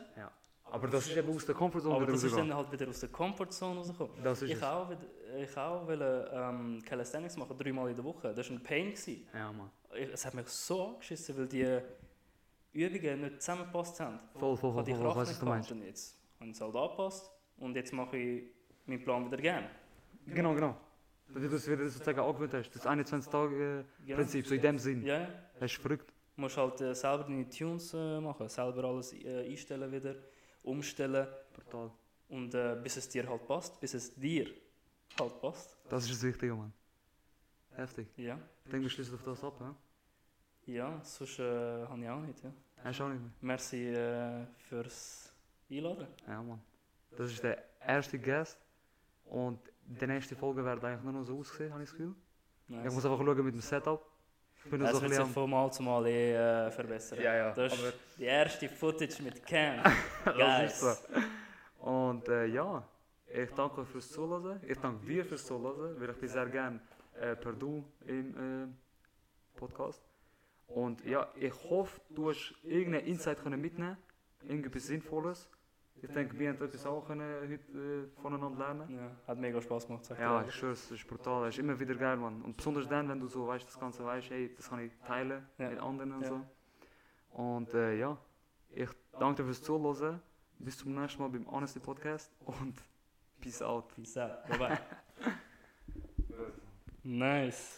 Aber das ist eben aus der Comfortzone
aber
wieder
das ist
rausgegangen.
dann halt wieder aus der Comfortzone rausgekommen.
Das ist
Ich
es.
auch, wieder- ich auch wollte ähm, Calisthenics machen, dreimal in der Woche. Das war ein Pain. Gewesen.
Ja, Mann.
Ich- Es hat mich so angeschissen, weil die Übungen nicht zusammengepasst haben.
Voll, voll,
Ich
voll, voll,
habe die
voll.
Kraft
Weißt du,
nicht
was du meinst?
gehabt und jetzt habe ich es halt angepasst und jetzt mache ich meinen Plan wieder gerne.
Genau, genau. Dass du es wieder sozusagen angewöhnt hast. Das 21-Tage-Prinzip,
Genau.
so in dem Sinn.
Ja,
Das ist verrückt.
du musst halt äh, selber deine Tunes äh, machen, selber alles äh, einstellen wieder, umstellen
Brutal.
und äh, bis es dir halt passt, bis es dir halt passt.
Das ist das Wichtige, Mann. Heftig.
Ja,
Ich denke, wir schließen auf das ab, ja?
ja, sonst äh, habe ich auch nicht. Ja.
Hast du auch nicht mehr?
Merci äh, fürs Einladen.
Ja, Mann. Das ist der erste Gast. Und die nächste Folge wird eigentlich nur noch so aussehen, habe ich das Gefühl. Ich muss einfach schauen mit dem Setup. Ich bin noch so ein
das wird sich
bisschen
von Mal zu Mal eh, äh, verbessern.
am... ja.
Das ist die erste Footage mit Cam.
Das ist
Guys.
so. Und äh, ja, ich danke euch fürs Zuhören. Ich danke dir fürs Zuhören, weil ich bin sehr gerne äh, per Du im äh, Podcast. Und ja, ich hoffe, du hast irgendeinen Insight können mitnehmen irgendetwas Sinnvolles. Ich denke, wir haben etwas auch können heute äh, voneinander lernen
Ja, hat mega Spaß gemacht, sag ich
Ja,
dir.
ich schwör's, es ist brutal, es ist immer wieder geil, Mann. Und besonders dann, wenn du so weißt, das Ganze weißt, hey, das kann ich teilen
Ja.
mit anderen und
Ja.
so. Und äh, ja, ich danke dir fürs Zuhören. Bis zum nächsten Mal beim Honesty Podcast und peace out.
Peace out. Bye bye. nice.